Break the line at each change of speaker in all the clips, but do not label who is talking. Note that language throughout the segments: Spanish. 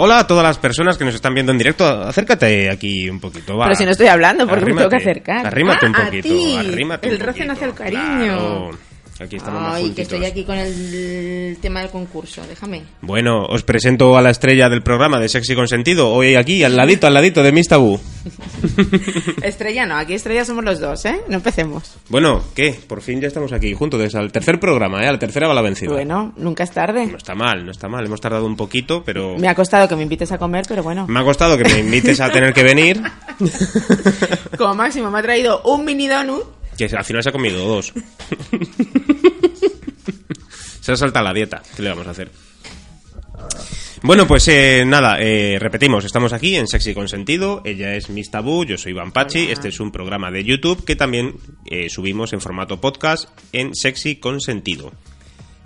Hola a todas las personas que nos están viendo en directo. Acércate aquí un poquito. va.
Pero si no estoy hablando, porque me
Arrímate,
tengo que acercar.
Arrímate
Ah,
un
a
poquito.
ti.
arrímate
El
un
roce nace el
poquito,
cariño.
claro. Aquí estamos más
Ay, que
juntitos.
estoy aquí con el tema del concurso, déjame.
Bueno, os presento a la estrella del programa de Sexy Consentido. Hoy aquí, al ladito, al ladito de Miss Tabú.
Estrella no, aquí estrella somos los dos, ¿eh? No empecemos.
Bueno, ¿qué? Por fin ya estamos aquí juntos. Es al tercer programa, ¿eh? A la tercera va la vencida.
Bueno, nunca es
No
tarde.
está mal, no está mal. Hemos tardado un poquito, pero...
Me ha costado que me invites a comer, pero bueno.
Me ha costado que me invites a tener que venir.
Como máximo me ha traído un mini donut.
Que al final se ha comido dos. se ha saltado la dieta. ¿Qué le vamos a hacer? Bueno, pues eh, nada, eh, repetimos, estamos aquí en Sexy Consentido, ella es Miss Tabú, yo soy Iván Pachi, este es un programa de YouTube que también eh, subimos en formato podcast en Sexy Consentido.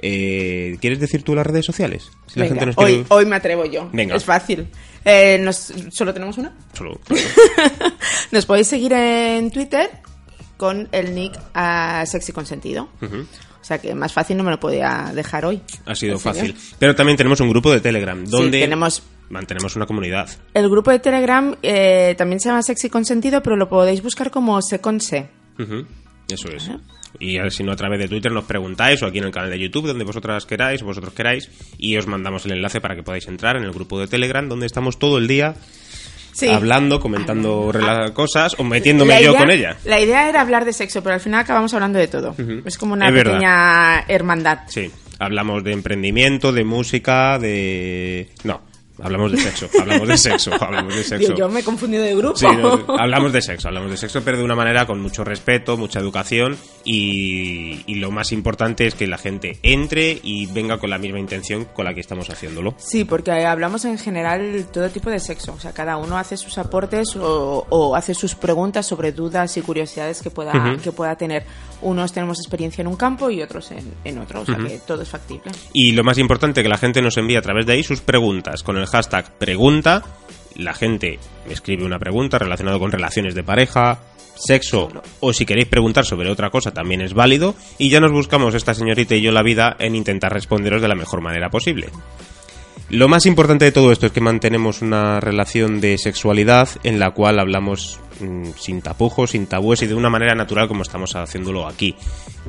Eh, ¿Quieres decir tú las redes sociales? Si la
Venga,
gente nos quiere-
hoy, hoy me atrevo yo.
Venga.
Es fácil. Eh, nos- ¿Solo tenemos una?
Solo-
Nos podéis seguir en Twitter con el nick ah, sexy consentido.
Ujú.
O sea que más fácil no me lo podía dejar hoy.
Ha sido
¿En serio?
fácil. Pero también tenemos un grupo de Telegram donde
tenemos-
mantenemos una comunidad.
El grupo de Telegram eh, también se llama Sexy Consentido, pero lo podéis buscar como Seconse.
Ujú, Eso es. Y a ver si no a través de Twitter nos preguntáis o aquí en el canal de YouTube, donde vosotras queráis, vosotros queráis, y os mandamos el enlace para que podáis entrar en el grupo de Telegram, donde estamos todo el día
Sí. Ah.
hablando, comentando rela- cosas o metiéndome
La
yo
idea-
con ella.
La idea era hablar de sexo, pero al final acabamos hablando de todo. Es como una
Es verdad.
pequeña hermandad.
Sí, hablamos de emprendimiento, de música, de... No, hablamos de sexo, hablamos de sexo, hablamos de sexo.
Digo, yo me he confundido de grupo.
Sí, no, no, hablamos de sexo, hablamos de sexo, pero de una manera con mucho respeto, mucha educación y, y lo más importante es que la gente entre y venga con la misma intención con la que estamos haciéndolo.
Sí, porque hablamos en general todo tipo de sexo. O sea, cada uno hace sus aportes o, o hace sus preguntas sobre dudas y curiosidades que pueda,
Ujú.
que pueda tener. Unos tenemos experiencia en un campo y otros en, en otro. O sea, que todo es factible.
Y lo más importante que la gente nos envía a través de ahí sus preguntas con el hashtag pregunta. La gente me escribe una pregunta relacionada con relaciones de pareja, sexo o si queréis preguntar sobre otra cosa también es válido y ya nos buscamos esta señorita y yo la vida en intentar responderos de la mejor manera posible. Lo más importante de todo esto es que mantenemos una relación de sexualidad en la cual hablamos mm, sin tapujos, sin tabúes y de una manera natural como estamos haciéndolo aquí.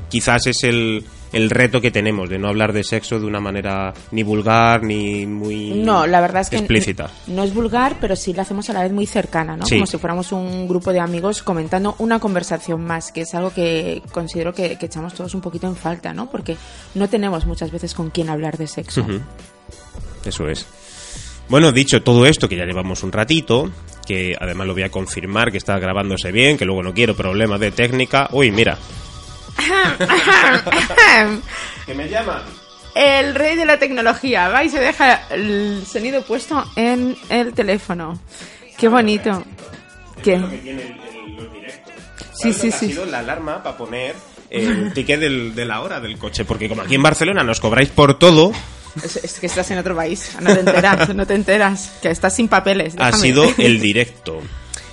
Quizás es el, el reto que tenemos de no hablar de sexo de una manera ni vulgar ni muy
No, la verdad es que
explícita.
n- no es vulgar, pero sí la hacemos a la vez muy cercana, ¿no?
Sí.
Como si fuéramos un grupo de amigos comentando una conversación más, que es algo que considero que, que echamos todos un poquito en falta, ¿no? Porque no tenemos muchas veces con quién hablar de sexo.
Eso es. Bueno, dicho todo esto, que ya llevamos un ratito, que además lo voy a confirmar que está grabándose bien, que luego no quiero problemas de técnica. Uy, mira. que me llaman.
El rey de la tecnología, va y se deja el sonido puesto en el teléfono. Qué bonito.
que
¿Qué?
tiene el- el- los directos. ¿Sabes
Sí,
lo
sí,
que
sí.
Ha sido la alarma para poner el ticket del- de la hora del coche, porque como aquí en Barcelona nos cobráis por todo,
Es, es que estás en otro país, Ah, no te enteras, no te enteras, que estás sin papeles.
ha
déjame.
sido el directo.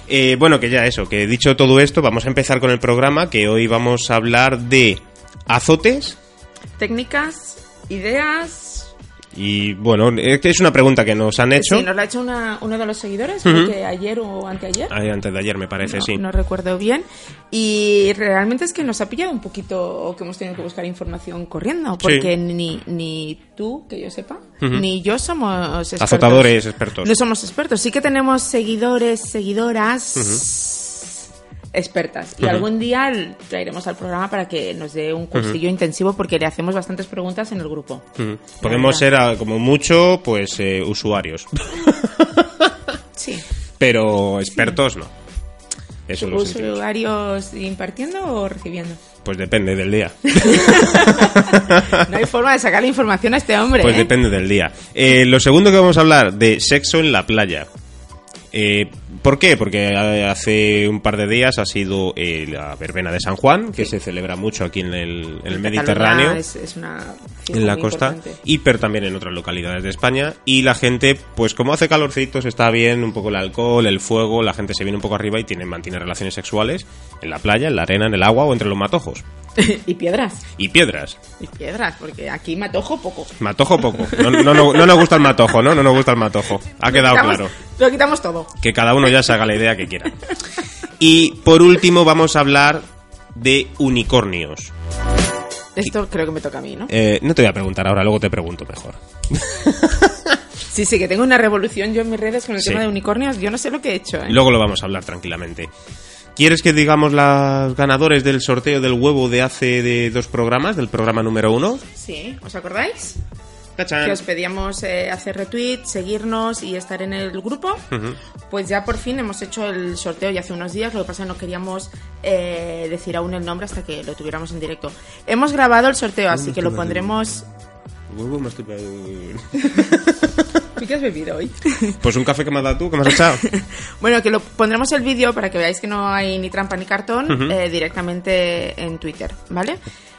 Eh, bueno, que ya eso, que dicho todo esto, vamos a empezar con el programa, que hoy vamos a hablar de azotes.
técnicas, ideas.
Y bueno, eh, que es una pregunta que nos han hecho.
Sí, nos lo ha hecho una- uno de los seguidores,
Ujú.
creo que ayer o anteayer.
Ay, antes de ayer, me parece,
No,
sí.
no recuerdo bien. Y realmente es que nos ha pillado un poquito que hemos tenido que buscar información corriendo, porque
Sí.
ni, ni tú, que yo sepa,
Ujú.
ni yo somos expertos.
Azotadores expertos.
No somos expertos. Sí que tenemos seguidores, seguidoras expertas. Y
Ujú.
algún día l- traeremos al programa para que nos dé un cursillo intensivo, porque le hacemos bastantes preguntas en el grupo.
Mm. Podemos ser, ah, como mucho, pues eh, usuarios,
Sí.
pero expertos no. Eso lo
pues, eh,
sentimos.
¿Usuarios impartiendo o recibiendo?
Pues depende del día.
No hay forma de sacar la información a este hombre.
Pues
¿eh?
depende del día. Eh, lo segundo que vamos a hablar, de sexo en la playa. Eh, ¿Por qué? Porque ha- hace un par de días ha sido eh, la verbena de San Juan, que se celebra mucho aquí en el, en el Mediterráneo.
Cataluña Es, es una fiesta
en la
muy
costa,
importante.
y pero también en otras localidades de España. Y la gente, pues como hace calorcitos, está bien, un poco el alcohol, el fuego, la gente se viene un poco arriba y tiene, mantiene relaciones sexuales en la playa, en la arena, en el agua o entre los matojos.
y piedras.
Y piedras.
Y piedras, porque aquí matojo poco.
Matojo poco. No, no, no, no nos gusta el matojo, ¿no? No nos gusta el matojo. Ha quedado
Quitamos-
claro.
Lo quitamos todo.
Que cada uno ya se haga la idea que quiera. Y por último vamos a hablar de unicornios.
Esto creo que me toca a mí, ¿no?
Eh, no te voy a preguntar ahora, luego te pregunto mejor.
Sí, sí, que tengo una revolución yo en mis redes con el
Sí.
tema de unicornios. Yo no sé lo que he hecho, ¿eh?
Luego lo vamos a hablar tranquilamente. ¿Quieres que digamos los ganadores del sorteo del huevo de hace de dos programas, del programa número uno?
Sí, ¿os acordáis?
¡Tachán!
Que os pedíamos eh, hacer retweets, seguirnos y estar en el grupo.
Ujú.
Pues ya por fin hemos hecho el sorteo ya hace unos días, lo que pasa es que no queríamos eh, decir aún el nombre hasta que lo tuviéramos en directo. Hemos grabado el sorteo, así que lo pondremos...
Huevo masturbador.
¿Tú qué has bebido hoy?
Pues un café que me has dado tú, que me has echado.
bueno, que lo pondremos el vídeo para que veáis que no hay ni trampa ni cartón
Ujú.
eh, directamente en Twitter, ¿vale?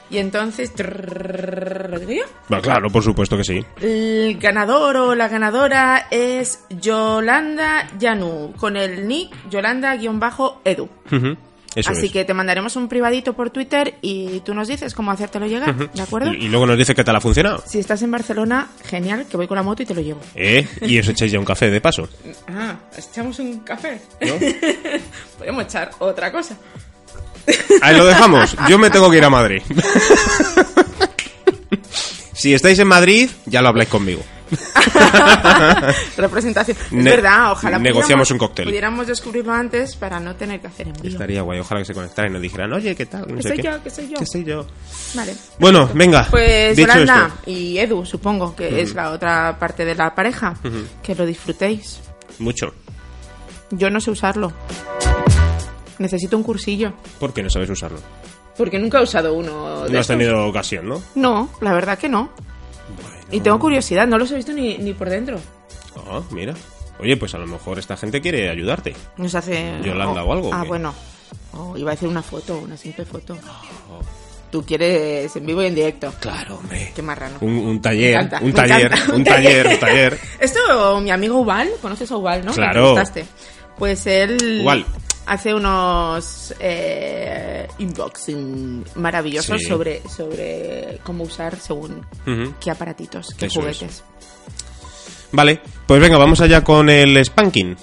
Y entonces... trrrr, ¿Lo digo yo?
Bah, claro, por supuesto que sí.
El ganador o la ganadora es Yolanda Yanu, con el nick Yolanda-Edu.
Ujú. Eso
Así
es.
que te mandaremos un privadito por Twitter y tú nos dices cómo hacértelo llegar, ¿de acuerdo?
Y, y luego nos dice qué tal ha funcionado.
Si estás en Barcelona, genial, que voy con la moto y te lo llevo.
¿Eh? Y os echáis ya un café de paso.
Ah, echamos un café.
¿No?
Podemos echar otra cosa.
Ahí lo dejamos. Yo me tengo que ir a Madrid. Si estáis en Madrid, ya lo habláis conmigo.
Representación. Es
Ne-
verdad, ojalá
negociamos
pudiéramos-
un cóctel.
Pudiéramos descubrirlo antes para no tener que hacer envío.
Estaría guay, ojalá que se conectaran y nos dijeran, oye, ¿qué tal? No
Que
sé
soy
qué.
yo, que soy yo.
Que soy yo.
Vale.
Bueno, venga.
Pues
dicho
Yolanda
esto,
y Edu, supongo, que es la otra parte de la pareja. Que lo disfrutéis.
mucho.
Yo no sé usarlo. Necesito un cursillo.
¿Por qué no sabes usarlo?
Porque nunca he usado uno
No has tenido ocasión, ¿no?
No, la verdad que no. Y tengo
Mm.
curiosidad, no los he visto ni, ni por dentro.
Ah, mira. Oye, pues a lo mejor esta gente quiere ayudarte.
Nos hace...
Yolanda o algo,
Ah,
¿o qué?
bueno. Oh, iba a decir una foto, una simple foto. Oh, Tú quieres en vivo y en directo.
Claro, hombre.
Qué marrano.
Un, un
Me
taller,
encanta,
un
me
taller,
encanta.
un taller, un taller.
Esto, mi amigo Ubal, conoces a Ubal, ¿no?
Claro.
Me entrevistaste. Pues él
Ubal.
hace unos eh, unboxing maravillosos
Sí.
sobre, sobre cómo usar según
Ujú.
qué aparatitos, qué
Eso
juguetes.
Vale, pues venga, vamos allá con el spanking.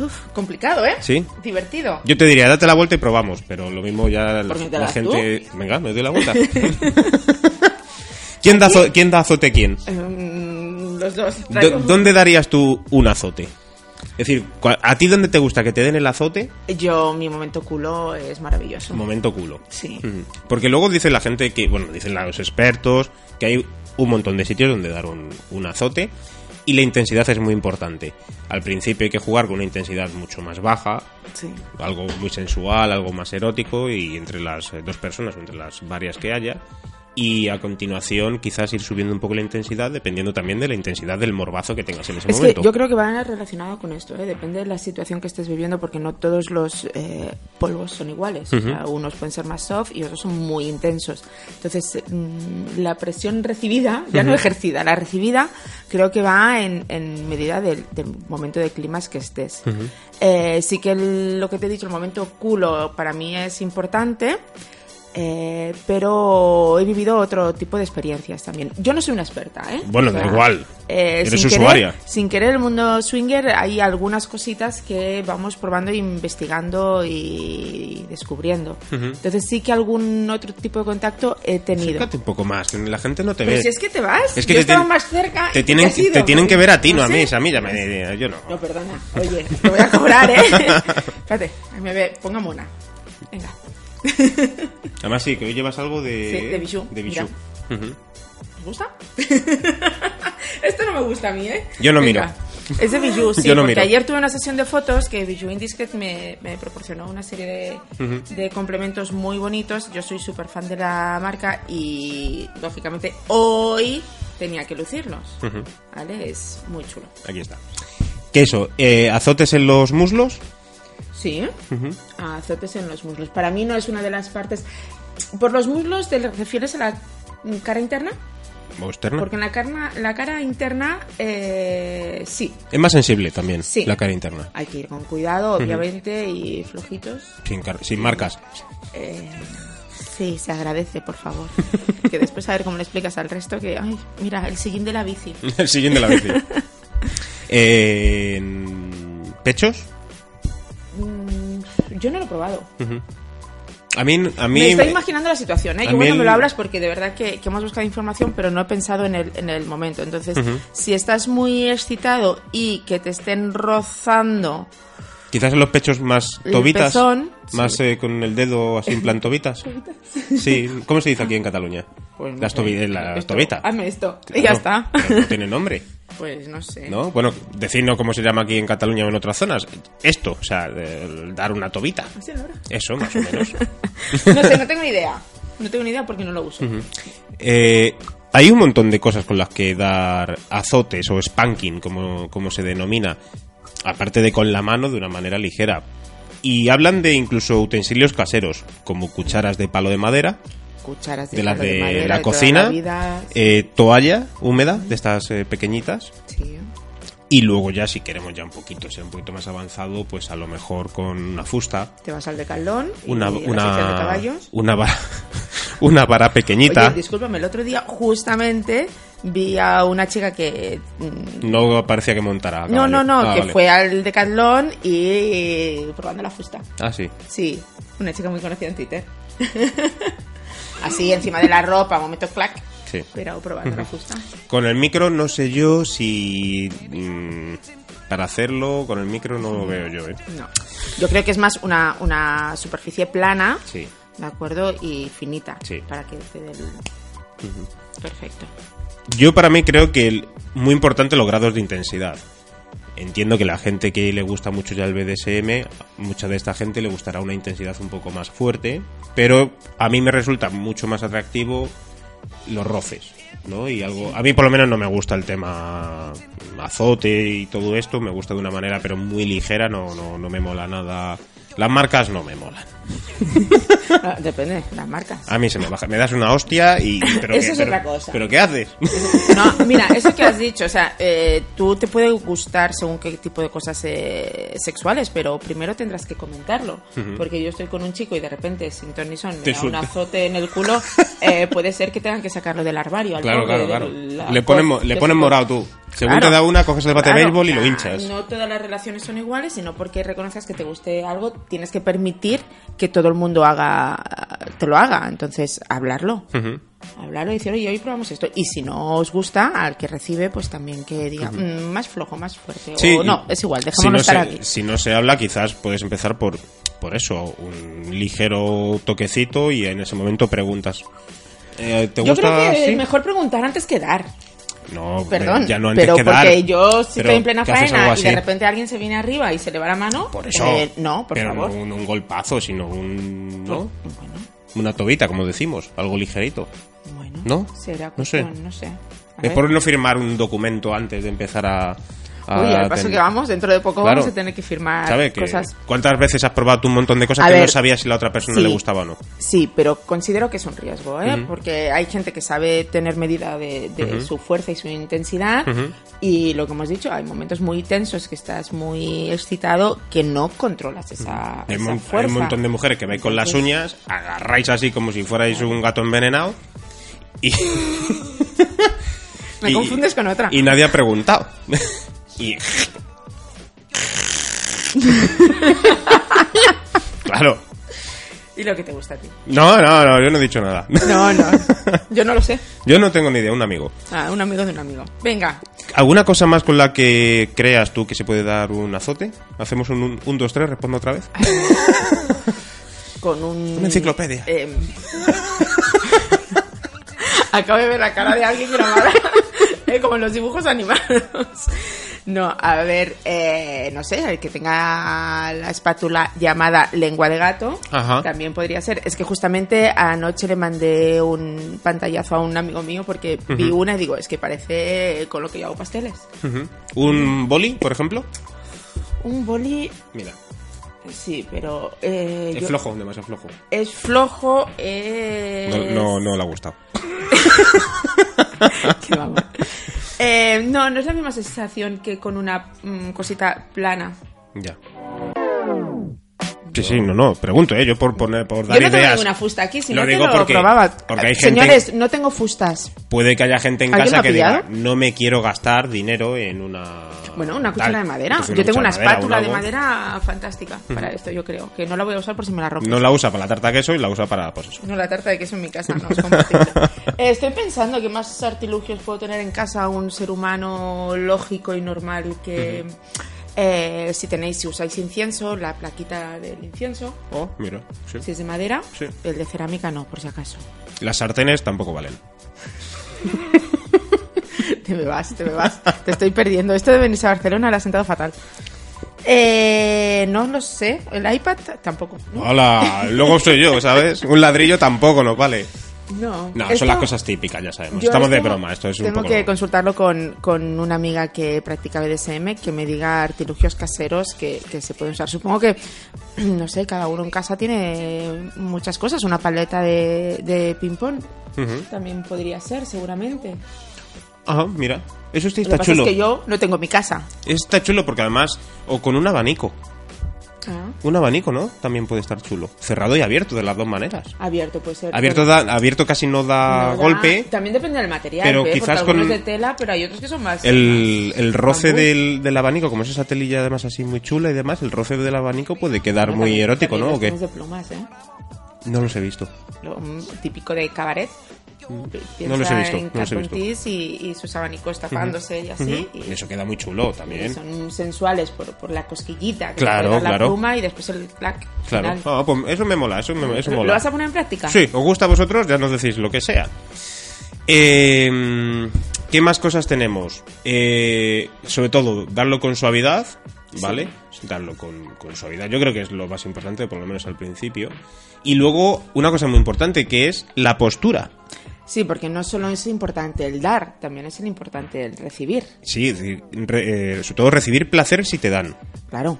Uf, complicado, ¿eh?
Sí.
Divertido.
Yo te diría, date la vuelta y probamos, pero lo mismo ya la,
¿Por qué te
la
das
gente... Venga, me doy la vuelta. ¿Quién, da azo- ¿Quién da azote a quién?
Mm, los dos.
Do-
traigo-
¿Dónde darías tú un azote? Es decir, cua- ¿a ti dónde te gusta que te den el azote?
Yo, mi momento culo es maravilloso.
Momento culo.
Sí.
Ujú. Porque luego dice la gente que, bueno, dicen los expertos que hay un montón de sitios donde dar un, un azote y la intensidad es muy importante. Al principio hay que jugar con una intensidad mucho más baja,
Sí.
algo muy sensual, algo más erótico y entre las eh, dos personas, o entre las varias que haya. Y a continuación quizás ir subiendo un poco la intensidad dependiendo también de la intensidad del morbazo que tengas en ese
Es
momento.
que yo creo que va relacionado con esto, ¿eh? depende de la situación que estés viviendo, porque no todos los eh, polvos son iguales. O sea, unos pueden ser más soft y otros son muy intensos. Entonces, mm, la presión recibida, ya no ejercida, la recibida, creo que va en, en medida del, del momento de climas que estés. Eh, sí que el- lo que te he dicho, el momento culo, para mí es importante. eh, pero he vivido otro tipo de experiencias también. Yo no soy una experta, ¿eh?
Bueno, da igual.
eh,
Eres
sin
usuaria.
Querer, sin querer, el mundo swinger hay algunas cositas que vamos probando, e investigando y descubriendo. Entonces sí que algún otro tipo de contacto he tenido.
Acércate un poco más, que la gente no te
Pero
ve.
si es que te vas,
Es que
yo
te
estaba
tienen-
más cerca. y
te
tú
tienen,
has ido.
te tienen que ver a ti, no, a
sé.
mí, a mí ya me, eh, yo no.
No, perdona. Oye, te voy a cobrar, ¿eh? Espérate, me ve, ponga mona. Venga.
Además sí, que hoy llevas algo de
Sí, de Bijou,
de Bijou. Ujú.
¿Te gusta? Esto no me gusta a mí, ¿eh?
Yo no
Venga.
miro.
Es de Bijou, sí.
Yo no
porque
miro.
ayer tuve una sesión de fotos que Bijou Indiscret me, me proporcionó una serie de, de complementos muy bonitos. Yo soy súper fan de la marca y, lógicamente, hoy tenía que lucirlos. ¿Vale? Es muy chulo.
Aquí está. Queso, eh, azotes en los muslos.
Sí, azotes en los muslos. Para mí no es una de las partes... ¿Por los muslos te refieres a la cara interna?
O externa.
Porque en la, carna- la cara interna, eh, sí,
Es más sensible también
Sí.
la cara interna.
Hay que ir con cuidado, obviamente, y flojitos.
Sin, car- sin marcas.
Eh, sí, se agradece, por favor. que después a ver cómo le explicas al resto que, ay, mira, el siguiente de la bici.
El siguiente la bici. Eh, en ¿Pechos?
Mm, Yo no lo he probado.
A mí. A mí
me estoy imaginando la situación, ¿eh?
a
Yo
mí
bueno,
el-
me lo hablas porque de verdad que, que hemos buscado información, pero no he pensado en el, en el momento. Entonces, si estás muy excitado y que te estén rozando
Quizás en los pechos más
El
tobitas.
pezón,
más eh, con el dedo así en plan tobitas. sí, ¿cómo se dice aquí en Cataluña?
Pues no
las,
sé.
tobi- eh, las
Esto,
tobitas.
Hazme esto. Y ya
No,
está.
pero No tiene nombre,
Pues no sé.
¿no? Bueno, decirnos cómo se llama aquí en Cataluña o en otras zonas. Esto, o sea, el dar una tobita.
¿Así a la hora?
Eso, más o menos.
No sé, no tengo ni idea. No tengo ni idea porque no lo uso.
Eh, hay un montón de cosas con las que dar azotes o spanking, como, como se denomina, aparte de con la mano de una manera ligera. Y hablan de incluso utensilios caseros, como cucharas de palo de madera,
Cucharas de,
de las
palo
de,
madera
la
toda
cocina,
la vida.
eh, toalla húmeda, de estas eh, pequeñitas,
Sí.
y luego ya si queremos ya un poquito, ser un poquito más avanzado, pues a lo mejor con una fusta,
Te vas al de Caldón.
una,
y a la sección de
una,
caballos.
una vara, una vara pequeñita.
Oye, discúlpame, el otro día justamente vi a una chica que... mm,
no parecía que montara. a
No, no,
caballo.
no,
Ah,
que
vale.
fue al Decathlon y eh, probando la fusta.
Ah, sí.
Sí, una chica muy conocida en Twitter. Así, encima de la ropa, momento clac.
Sí.
Pero probando la fusta.
Con el micro no sé yo si... mm, para hacerlo con el micro no lo veo yo, ¿eh?
No. Yo creo que es más una, una superficie plana,
Sí.
¿de acuerdo? Y finita.
Sí.
Para que te dé el... Perfecto.
Yo para mí creo que el- muy importante los grados de intensidad. Entiendo que la gente que le gusta mucho ya el BDSM, mucha de esta gente le gustará una intensidad un poco más fuerte, pero a mí me resulta mucho más atractivo los roces, ¿no? Y algo a mí por lo menos no me gusta el tema azote y todo esto, me gusta de una manera pero muy ligera, no no no me mola nada. Las marcas no me molan.
Ah, Depende, las marcas.
A mí se me baja, me das una hostia y pero
Eso
qué-
es
pero-
otra cosa.
Pero ¿qué haces?
No, mira, eso que has dicho, o sea, eh, tú te puede gustar según qué tipo de cosas eh, sexuales, pero primero tendrás que comentarlo. Porque yo estoy con un chico y de repente, sin ton ni son, me
Te
da un
suelta.
azote en el culo, eh, puede ser que tengan que sacarlo del armario. Al
Claro,
pobre,
claro, claro.
del- la-
Le ponen, mo- le
yo
ponen
soy-
morado tú. Según
Claro.
te da una, coges el bate de
Claro,
béisbol y
o
lo
sea,
hinchas.
No todas las relaciones son iguales, sino porque reconozcas que te guste algo, tienes que permitir que todo el mundo haga, te lo haga. Entonces, hablarlo. Hablarlo y decir, oye, hoy probamos esto. Y si no os gusta, al que recibe, pues también que diga, "Mm, más flojo, más fuerte.
Sí,
o no,
y-
es igual,
si no,
dejémonos
se,
estar aquí.
si no se habla, quizás puedes empezar por, por eso, un ligero toquecito y en ese momento preguntas. Eh, ¿Te
Yo
gusta?
creo que
así?
es mejor preguntar antes que dar.
No,
Perdón,
ya no antes
pero
que dar,
porque yo si
pero
estoy en plena
que haces algo
faena y de
así.
repente alguien se viene arriba y se le va la mano,
Por eso.
eh, no, por
pero
favor.
no un, un golpazo, sino un. ¿no?
Bueno,
Una tobita, como decimos, algo ligerito.
bueno,
¿No?
será
No sé.
cuestión, no sé. A
Es
ver.
por no firmar un documento antes de empezar a. a
Uy, al paso
ten-
que vamos, dentro de
Ah,
poco
Claro.
vamos a tener que firmar
¿Sabe? Que-
cosas.
¿Cuántas veces has probado tú un montón de cosas
A
que no
ver,
sabías si la otra persona
sí.
le gustaba o no?
Sí, pero considero que es un riesgo, ¿eh? Porque hay gente que sabe tener medida de, de su fuerza y su intensidad. Y lo que hemos dicho, hay momentos muy tensos que estás muy excitado que no controlas esa,
Hay,
esa
mon- hay
fuerza.
un montón de mujeres que vais con las
Entonces-
uñas, agarráis así como si fuerais un gato envenenado y...
Me
y-
confundes con otra.
Y nadie ha preguntado. y... claro.
Y lo que te gusta a ti.
No, no, no, yo no he dicho nada.
No, no. Yo no lo sé.
Yo no tengo ni idea, un amigo.
Ah, un amigo de un amigo. Venga.
¿Alguna cosa más con la que creas tú que se puede dar un azote? ¿Hacemos un 1, 2, 3? Respondo otra vez.
con un...
Una enciclopedia.
Eh, Acabo de ver la cara de alguien que no me habla. Eh, como en los dibujos animados. No, a ver, eh, no sé, el que tenga la espátula llamada lengua de gato
Ajá.
también podría ser. Es que justamente anoche le mandé un pantallazo a un amigo mío porque vi una y digo, es que parece con lo que yo hago pasteles.
Ujú. ¿Un boli, por ejemplo?
Un boli,
Mira,
sí, pero... eh,
es
yo-
flojo, además es flojo.
Es flojo, Eh, es...
No, no, no le ha gustado.
Qué vago. Eh, no, no es la misma sensación que con una mm, cosita plana.
Ya. Sí, sí, no, no, pregunto, ¿eh? Yo por, poner, por dar
Yo no tengo
ideas.
ninguna fusta aquí, si
Lo
no te
digo
lo
porque-
probaba.
porque hay gente-
Señores, no tengo fustas.
Puede que haya gente en
¿Alguien lo
casa
ha
que diga,
pillado?
no me quiero gastar dinero en una...
Bueno, una
tal".
cuchara de madera.
Entonces,
yo tengo una
cuchara de madera,
espátula
un
de
algo.
madera fantástica para esto, yo creo. Que no la voy a usar por si me la rompo.
No la usa para la tarta de queso y la usa para, pues eso.
No, la tarta de queso en mi casa no es compatible. Eh, Estoy pensando que más artilugios puedo tener en casa un ser humano lógico y normal que... eh, si tenéis, si usáis incienso, la plaquita del incienso,
Oh, mira, sí.
si es de madera,
Sí.
el de cerámica no, por si acaso.
Las sartenes tampoco valen.
Te me vas, te me vas. Te estoy perdiendo. Esto de venirse a Barcelona la ha sentado fatal. Eh, no lo sé. El iPad tampoco. No.
Hola, luego soy yo, ¿sabes? Un ladrillo tampoco nos vale.
No,
No,
Esto-
son las cosas típicas, ya sabemos.
yo
Estamos de
tengo-
broma, esto es un
Tengo
poco...
que
broma.
consultarlo con, con una amiga que practica BDSM que me diga artilugios caseros que, que se pueden usar. Supongo que, no sé, cada uno en casa tiene muchas cosas. Una paleta de, de ping-pong
Ujú.
también podría ser, seguramente.
Ajá, mira. Eso sí
Lo que
está
pasa
chulo.
es que yo no tengo en mi casa.
Está chulo porque además... O con un abanico.
Ah.
Un abanico, ¿no? También puede estar chulo. Cerrado y abierto, de las dos maneras.
Abierto puede ser.
Abierto,
Pero-
da- abierto casi no da
No da-
golpe.
También depende del material,
Pero
¿eh? Porque
quizás con-
algunos de tela, pero hay otros que son más.
El, el roce
Bambú.
del, del abanico, como es esa telilla además así muy chula y demás, el roce del abanico puede quedar
Bueno,
muy
también-
erótico,
también
¿no?
los
¿O qué?
tenis de plumas, ¿eh?
No los he visto.
Lo mm, típico de cabaret.
Mm. no los he
Piensa
visto,
en
no los he visto.
carpentís y, y sus abanicos tapándose y así.
Ujú.
y-
Eso queda muy chulo
y
también.
son sensuales por, por la cosquillita que te
Claro,
puede dar
claro.
la pluma y después el clac.
Claro.
final.
Ah, pues eso me mola, eso me eso
¿Lo
mola.
vas a poner en práctica?
Sí, os gusta a vosotros, ya nos decís lo que sea. Eh, ¿Qué más cosas tenemos? Eh, sobre todo, darlo con suavidad, ¿vale? Darlo con, con suavidad. Yo creo que es lo más importante, por lo menos al principio. Y luego, una cosa muy importante, que es la postura.
Sí, porque no solo es importante el dar, también es el importante el recibir.
Sí, es decir, re- eh, sobre todo recibir placer si te dan.
Claro,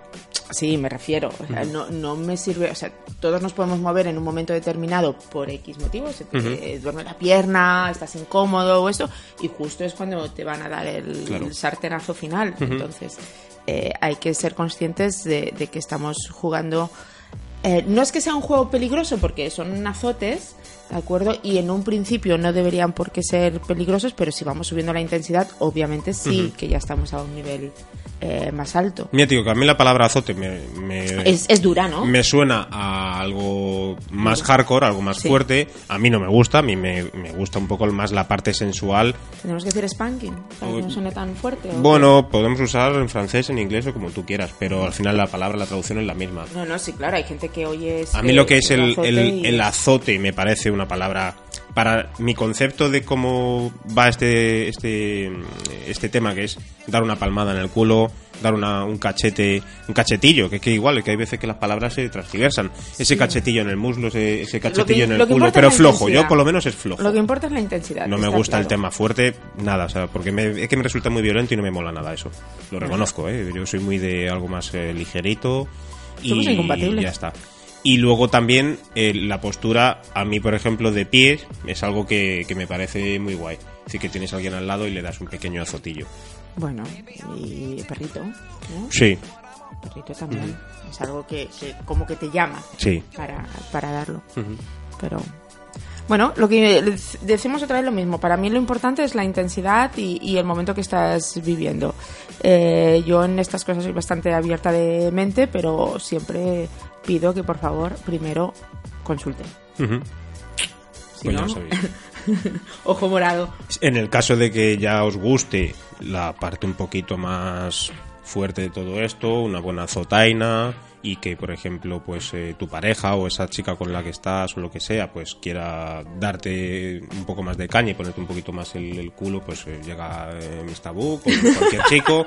sí, me refiero. O sea, no, no me sirve. O sea, todos nos podemos mover en un momento determinado por X motivos. se te duerme la pierna, estás incómodo o eso. Y justo es cuando te van a dar el,
Claro.
sartenazo final. Entonces, eh, hay que ser conscientes de, de que estamos jugando. eh, no es que sea un juego peligroso porque son azotes, ¿de acuerdo? Y en un principio no deberían por qué ser peligrosos, pero si vamos subiendo la intensidad, obviamente sí, que ya estamos a un nivel eh, más alto.
Mira, tío, que a mí la palabra azote me, me-
Es, es dura, ¿no?
Eh, me suena a algo más hardcore, algo más fuerte. A mí no me gusta, a mí me, me gusta un poco más la parte sensual.
Tenemos que decir spanking, para que no suene tan fuerte. ¿o?
Bueno, podemos usar en francés, en inglés o como tú quieras, pero al final la palabra, la traducción es la misma.
No, no, sí, claro, hay gente que oye...
A mí lo que es el,
azote
el-
y-
el azote me parece una palabra... Para mi concepto de cómo va este, este, este tema, que es dar una palmada en el culo, dar una, un cachete, un cachetillo, que es que igual, que hay veces que las palabras se transversan. Ese cachetillo en el muslo, ese, ese cachetillo en
lo
el
que
culo,
importa
pero
es la
flojo, yo
intensidad.
por lo menos es flojo.
Lo que importa es la intensidad.
No me
Ah, está
gusta el
claro.
tema fuerte, nada, o sea, porque me- es que me resulta muy violento y no me mola nada eso. Lo reconozco, ¿eh? Yo soy muy de algo más eh, ligerito
Somos
y
incompatibles.
ya está. Y luego también eh, la postura, a mí por ejemplo, de pies, es algo que, que me parece muy guay. Así que tienes a alguien al lado y le das un pequeño azotillo.
Bueno, y perrito, ¿no?
Sí,
Perrito también. Es algo que, que como que te llama
sí.
para, para darlo. Pero... Bueno, lo que dec- decimos otra vez lo mismo. Para mí lo importante es la intensidad y, y el momento que estás viviendo. Eh, yo en estas cosas soy bastante abierta de mente, pero siempre pido que por favor primero consulten.
Ujú.
Si
Pues ya
no,
lo sabéis.
ojo morado.
En el caso de que ya os guste la parte un poquito más fuerte de todo esto, una buena azotaina y que, por ejemplo, pues eh, tu pareja o esa chica con la que estás o lo que sea, pues quiera darte un poco más de caña y ponerte un poquito más el, el culo, pues eh, llega eh, Mr. Book o cualquier chico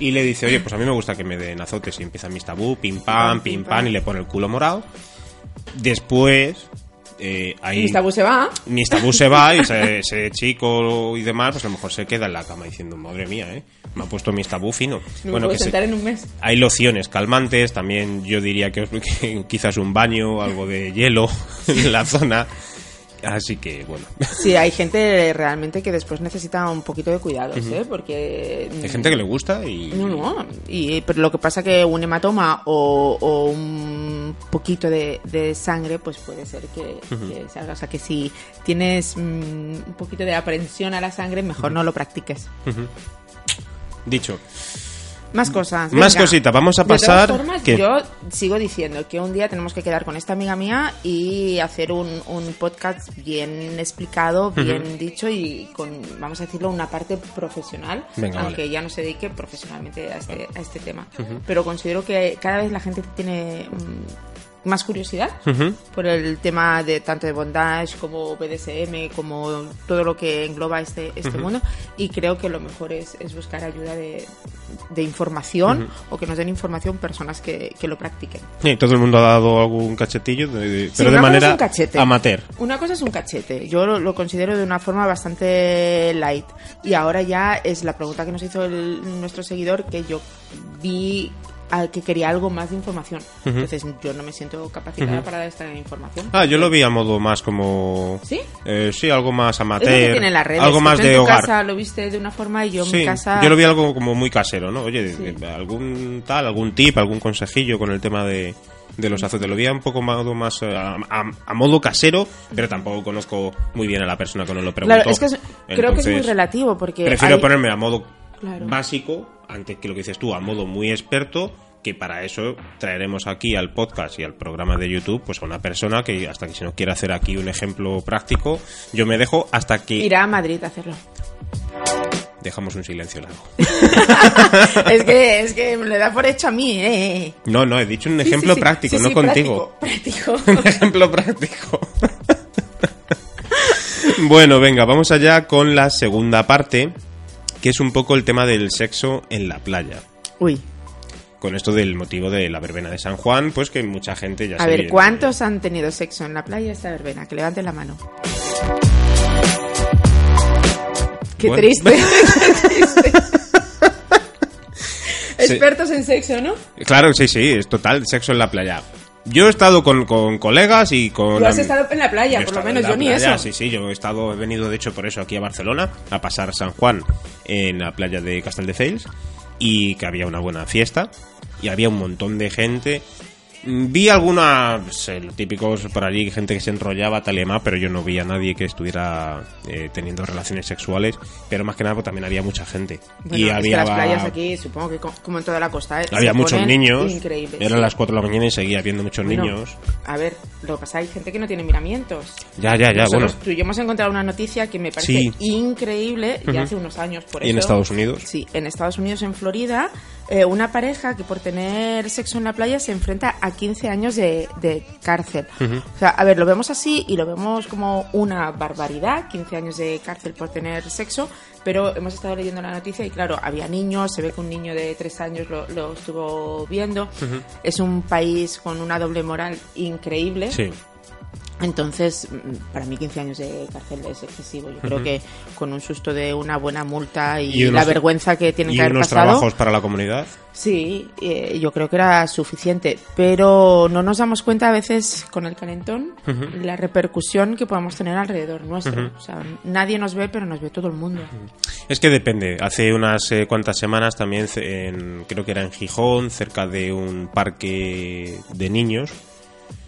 y le dice, oye, pues a mí me gusta que me den azotes y empieza Mr. Book, pim pam, pim pam y le pone el culo morado. Después... Eh, ahí
Mr. Boo se va.
ni tabú se va y ese, ese chico y demás, pues a lo mejor se queda en la cama diciendo, madre mía, ¿eh? Me ha puesto mi tabú fino.
No me puedo
que se-
sentar en un mes.
hay lociones calmantes, también yo diría que, que quizás un baño, algo de hielo en la zona. Así que, bueno,
Sí, hay gente realmente que después necesita un poquito de cuidados, ¿eh? Porque...
hay gente que le gusta y...
Mm. No, no. Y, eh, pero lo que pasa que un hematoma o, o un poquito de, de sangre, pues puede ser que, que salga. O sea, que si tienes mm, un poquito de aprensión a la sangre, mejor no lo practiques.
Dicho,
Más cosas.
Más
venga.
cositas, vamos a
De todas
pasar
formas,
que-
Yo sigo diciendo que un día tenemos que quedar con esta amiga mía y hacer un, un podcast bien explicado, bien dicho y con, vamos a decirlo, una parte profesional,
Venga,
aunque
vale.
ya no se dedique profesionalmente a este, a este tema. Pero considero que cada vez la gente tiene mm, más curiosidad
Ujú.
por el tema de tanto de bondage como BDSM, como todo lo que engloba este, este mundo. Y creo que lo mejor es, es buscar ayuda de, de información o que nos den información personas que, que lo practiquen.
eh, todo el mundo ha dado algún cachetillo, de- de- pero de
Sí, una cosa es
manera
un cachete.
amateur.
Una cosa es un cachete, yo lo, lo considero de una forma bastante light. Y ahora ya es la pregunta que nos hizo el- nuestro seguidor que yo vi al que quería algo más de información. Entonces yo no me siento capacitada para dar esta información.
Ah, yo lo vi a modo más como...
¿Sí?
Eh, sí, algo más
Es lo que
amateur.
tiene las redes.
algo
que
más
tú en
de
tu
hogar.
casa lo viste de una forma y yo en
Sí,
mi casa.
yo lo vi algo como muy casero, ¿no? Oye, de-
Sí.
de- algún tal, algún tip, algún consejillo con el tema de, de los azotes. Lo vi un poco más, más eh, a, a- a modo casero, pero tampoco conozco muy bien a la persona que nos lo preguntó.
Claro, es que es- creo que es muy
Entonces,
relativo porque.
Prefiero
hay-
ponerme a modo
Claro.
básico, antes que lo que dices tú, a modo muy experto, que para eso traeremos aquí al podcast y al programa de YouTube, pues a una persona que hasta que si nos quiere hacer aquí un ejemplo práctico, yo me dejo hasta que
Irá a Madrid a hacerlo.
dejamos un silencio largo.
es que es que me lo da por hecho a mí, eh.
No, no, he dicho un
Sí,
ejemplo
sí, sí.
práctico,
Sí,
no
sí,
contigo.
Práctico.
Un
práctico.
ejemplo práctico. bueno, venga, vamos allá con la segunda parte, que es un poco el tema del sexo en la playa.
Uy,
Con esto del motivo de la verbena de San Juan, pues que mucha gente ya
a
se
ver,
viene-
¿cuántos han tenido sexo en la playa esta verbena? Que levanten la mano. Qué
Bueno.
triste. Qué triste.
Sí.
Expertos en sexo, ¿no?
Claro, sí, sí, es total, sexo en la playa. Yo he estado con, con colegas y con...
Tú has
am-
estado en la playa,
Yo he
por lo
estado en
menos,
la
yo ni
playa,
eso.
Sí, sí, yo he estado, he venido de hecho por eso aquí a Barcelona, a pasar San Juan en la playa de Castelldefels y que había una buena fiesta y había un montón de gente. Mm, Vi algunas, pues, eh, los típicos por allí, gente que se enrollaba, tal y demás, pero yo no vi a nadie que estuviera eh, teniendo relaciones sexuales, pero más que nada pues, también había mucha gente.
Bueno,
y
es que
había
las playas aquí, supongo que co- como en toda la costa, ¿eh?
había
se
muchos
ponen
niños,
Increíbles.
eran las 4 de la mañana y seguía habiendo muchos
Bueno,
niños.
A ver, lo que pasa hay gente que no tiene miramientos.
Ya, ya, ya,
Nosotros,
bueno.
Tú y yo hemos encontrado una noticia que me parece
Sí.
increíble ya hace unos años. Por
Y en
eso-
Estados Unidos.
Sí, en Estados Unidos, en Florida, eh, una pareja que por tener sexo en la playa se enfrenta a 15 años de, de cárcel. O sea, a ver, lo vemos así y lo vemos como una barbaridad, 15 años de cárcel por tener sexo, pero hemos estado leyendo la noticia y claro, había niños, se ve que un niño de 3 años lo, lo estuvo viendo. Es un país con una doble moral increíble.
Sí.
Entonces, mm, para mí 15 años de cárcel es excesivo. Yo creo que con un susto de una buena multa y,
Y unos-
la vergüenza que tiene
Y
que haber
unos
pasado,
trabajos para la comunidad.
sí, eh, yo creo que era suficiente. Pero no nos damos cuenta a veces con el calentón la repercusión que podemos tener alrededor nuestro. O sea, nadie nos ve, pero nos ve todo el mundo.
Es que depende. Hace unas eh, cuantas semanas también, ce- en- creo que era en Gijón, cerca de un parque de niños,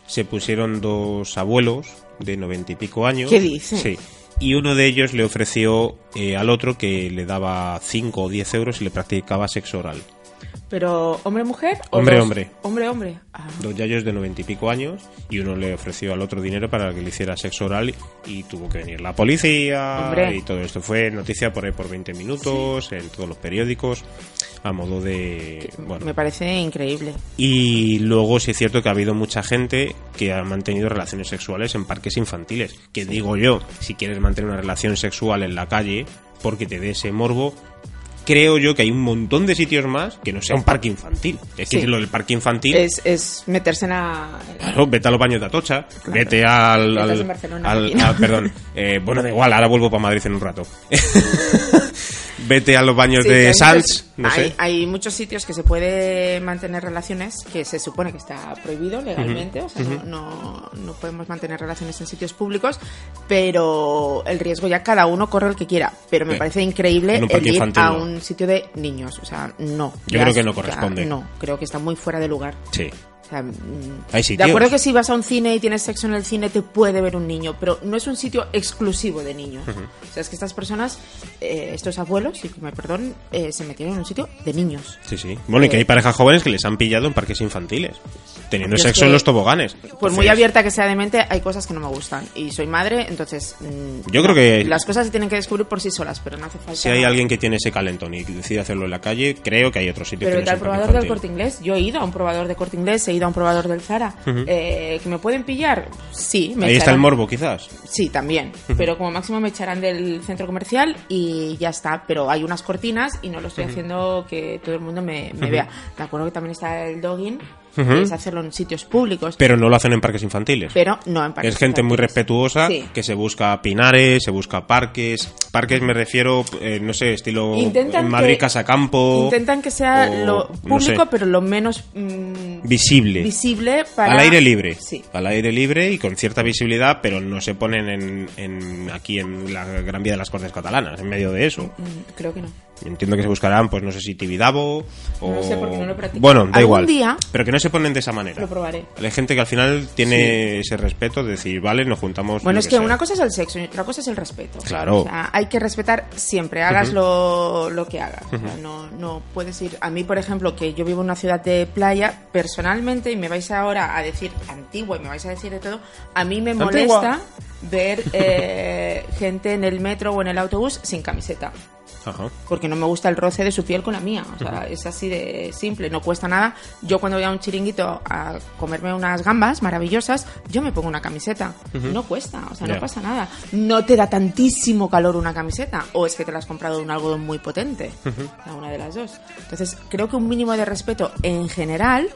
se pusieron dos abuelos de noventa y pico años.
¿Qué dices?
Sí. Y uno de ellos le ofreció eh, al otro que le daba cinco o diez euros y le practicaba sexo oral.
Pero hombre-mujer o
Hombre,
dos?
hombre.
Hombre-hombre. Ah,
Dos yayos de noventa y pico años y uno le ofreció al otro dinero para que le hiciera sexo oral y tuvo que venir la policía
Hombre.
y todo esto. Fue noticia por ahí por 20 minutos, en todos los periódicos, a modo de... Bueno,
Me parece increíble.
Y luego sí es cierto que ha habido mucha gente que ha mantenido relaciones sexuales en parques infantiles. Que digo yo, si quieres mantener una relación sexual en la calle porque te dé ese morbo, creo yo que hay un montón de sitios más que no sea un parque infantil. Es
Sí.
que lo del parque infantil...
Es, es meterse en la...
Claro, vete a los baños de Atocha, vete al...
Estás
al-
en Barcelona,
al-
imagino.
ah, perdón. Eh, bueno, da igual, ahora vuelvo para Madrid en un rato. vete a los baños
Sí,
de
hay
Sants,
muchos-
no
hay,
sé.
hay muchos sitios que se puede mantener relaciones que se supone que está prohibido legalmente, o sea, no- no, no podemos mantener relaciones en sitios públicos, pero el riesgo ya cada uno corre el que quiera. Pero me
Sí.
parece increíble
En un
el
parque
ir
infantil,
a
no.
un sitio de niños, o sea, no.
Yo
Ya
creo
es-
que no
ya
corresponde.
no, creo que está muy fuera de lugar.
Sí.
O sea, mm,
Hay
de
sitios.
acuerdo que si vas a un cine y tienes sexo en el cine te puede ver un niño, pero no es un sitio exclusivo de niños. O sea, es que estas personas, eh, estos abuelos, si me perdón, eh, se metieron en un sitio de niños.
Sí, sí. Bueno, y que hay parejas jóvenes que les han pillado en parques infantiles, teniendo
Eh. Yo es
sexo
que-
en los toboganes.
Por
Entonces,
muy abierta que sea de mente, hay cosas que no me gustan. Y soy madre, entonces... mm,
Yo creo que-
Las cosas se tienen que descubrir por sí solas, pero no hace falta...
Si hay alguien que tiene ese calentón y decide hacerlo en la calle, creo que hay otro sitio
Pero
que no
vete
sea
al
un parque
probador del corte
infantil.
inglés. Yo he ido a un probador de corte inglés, he ido a un probador del Zara. Eh, ¿Que me pueden pillar? Sí, me
Ahí está el
echarán.
morbo, quizás.
Sí, también. Pero como máximo me echarán del centro comercial y ya está. Pero hay unas cortinas y no lo estoy haciendo que todo el mundo me, me vea. De acuerdo que también está el dogging, que es hacerlo en sitios públicos,
Pero no lo hacen en parques infantiles.
pero no en parques.
es gente muy
infantiles.
respetuosa
Sí.
que se busca pinares, se busca parques. Parques me refiero, eh, no sé, estilo
Intentan
Madrid
que-
Casacampo.
Intentan que sea
o,
lo
no sé,
público, pero lo menos mm,
visible.
visible para...
Al aire libre.
Sí.
Al aire libre y con cierta visibilidad, pero no se ponen en, en- aquí en la Gran Vía de las Cortes Catalanas, en medio de eso.
Mm, Creo que no.
Entiendo que se buscarán, pues no sé si Tibidabo o...
No sé, porque no lo practico.
Bueno, da
Algún
igual.
día-
Pero que no se ponen de esa manera.
Lo probaré.
Hay gente que al final tiene ese respeto de decir, vale, nos juntamos...
Bueno,
yo
es que
sé.
una cosa es el sexo y otra cosa es el respeto.
Claro.
O sea, hay que respetar siempre, hagas lo, lo que hagas. O sea, no, no puedes ir. A mí, por ejemplo, que yo vivo en una ciudad de playa, personalmente, y me vais ahora a decir antigua y me vais a decir de todo, a mí me
Antigua.
molesta ver eh, gente en el metro o en el autobús sin camiseta
Ajá.
porque no me gusta el roce de su piel con la mía. O sea, es así de simple, no cuesta nada. Yo cuando voy a un chiringuito a comerme unas gambas maravillosas, yo me pongo una camiseta. No cuesta, o sea,
Ya.
no pasa nada. No te da tantísimo calor una camiseta, o es que te la has comprado de un algodón muy potente. O sea, una de las dos. Entonces, creo que un mínimo de respeto en general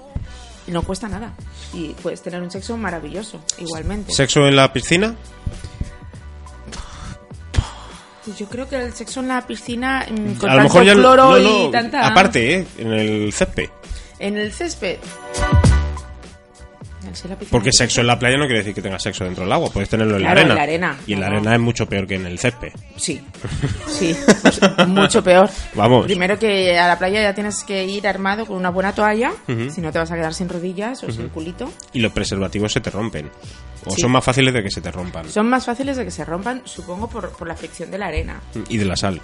no cuesta nada. Y puedes tener un sexo maravilloso, igualmente.
Pues, ¿Sexo en la piscina?
Pues yo creo que el sexo en la piscina, mm, con
a lo
tanto
mejor ya... no,
cloro
no,
y tanta...
Aparte, ¿eh? En el césped.
En el césped. Sí, la piscina.
Porque sexo en la playa no quiere decir que tengas sexo dentro del agua. Puedes tenerlo en
Claro, en
la arena.
la arena.
Y en la
No, no.
arena es mucho peor que en el césped.
Sí, sí, pues, mucho peor.
Vamos.
Primero que a la playa ya tienes que ir armado con una buena toalla, si no te vas a quedar sin rodillas o sin culito.
Y los preservativos se te rompen. O
Sí.
son más fáciles de que se te rompan.
Son más fáciles de que se rompan, supongo, por, por la fricción de la arena.
Y de la sal.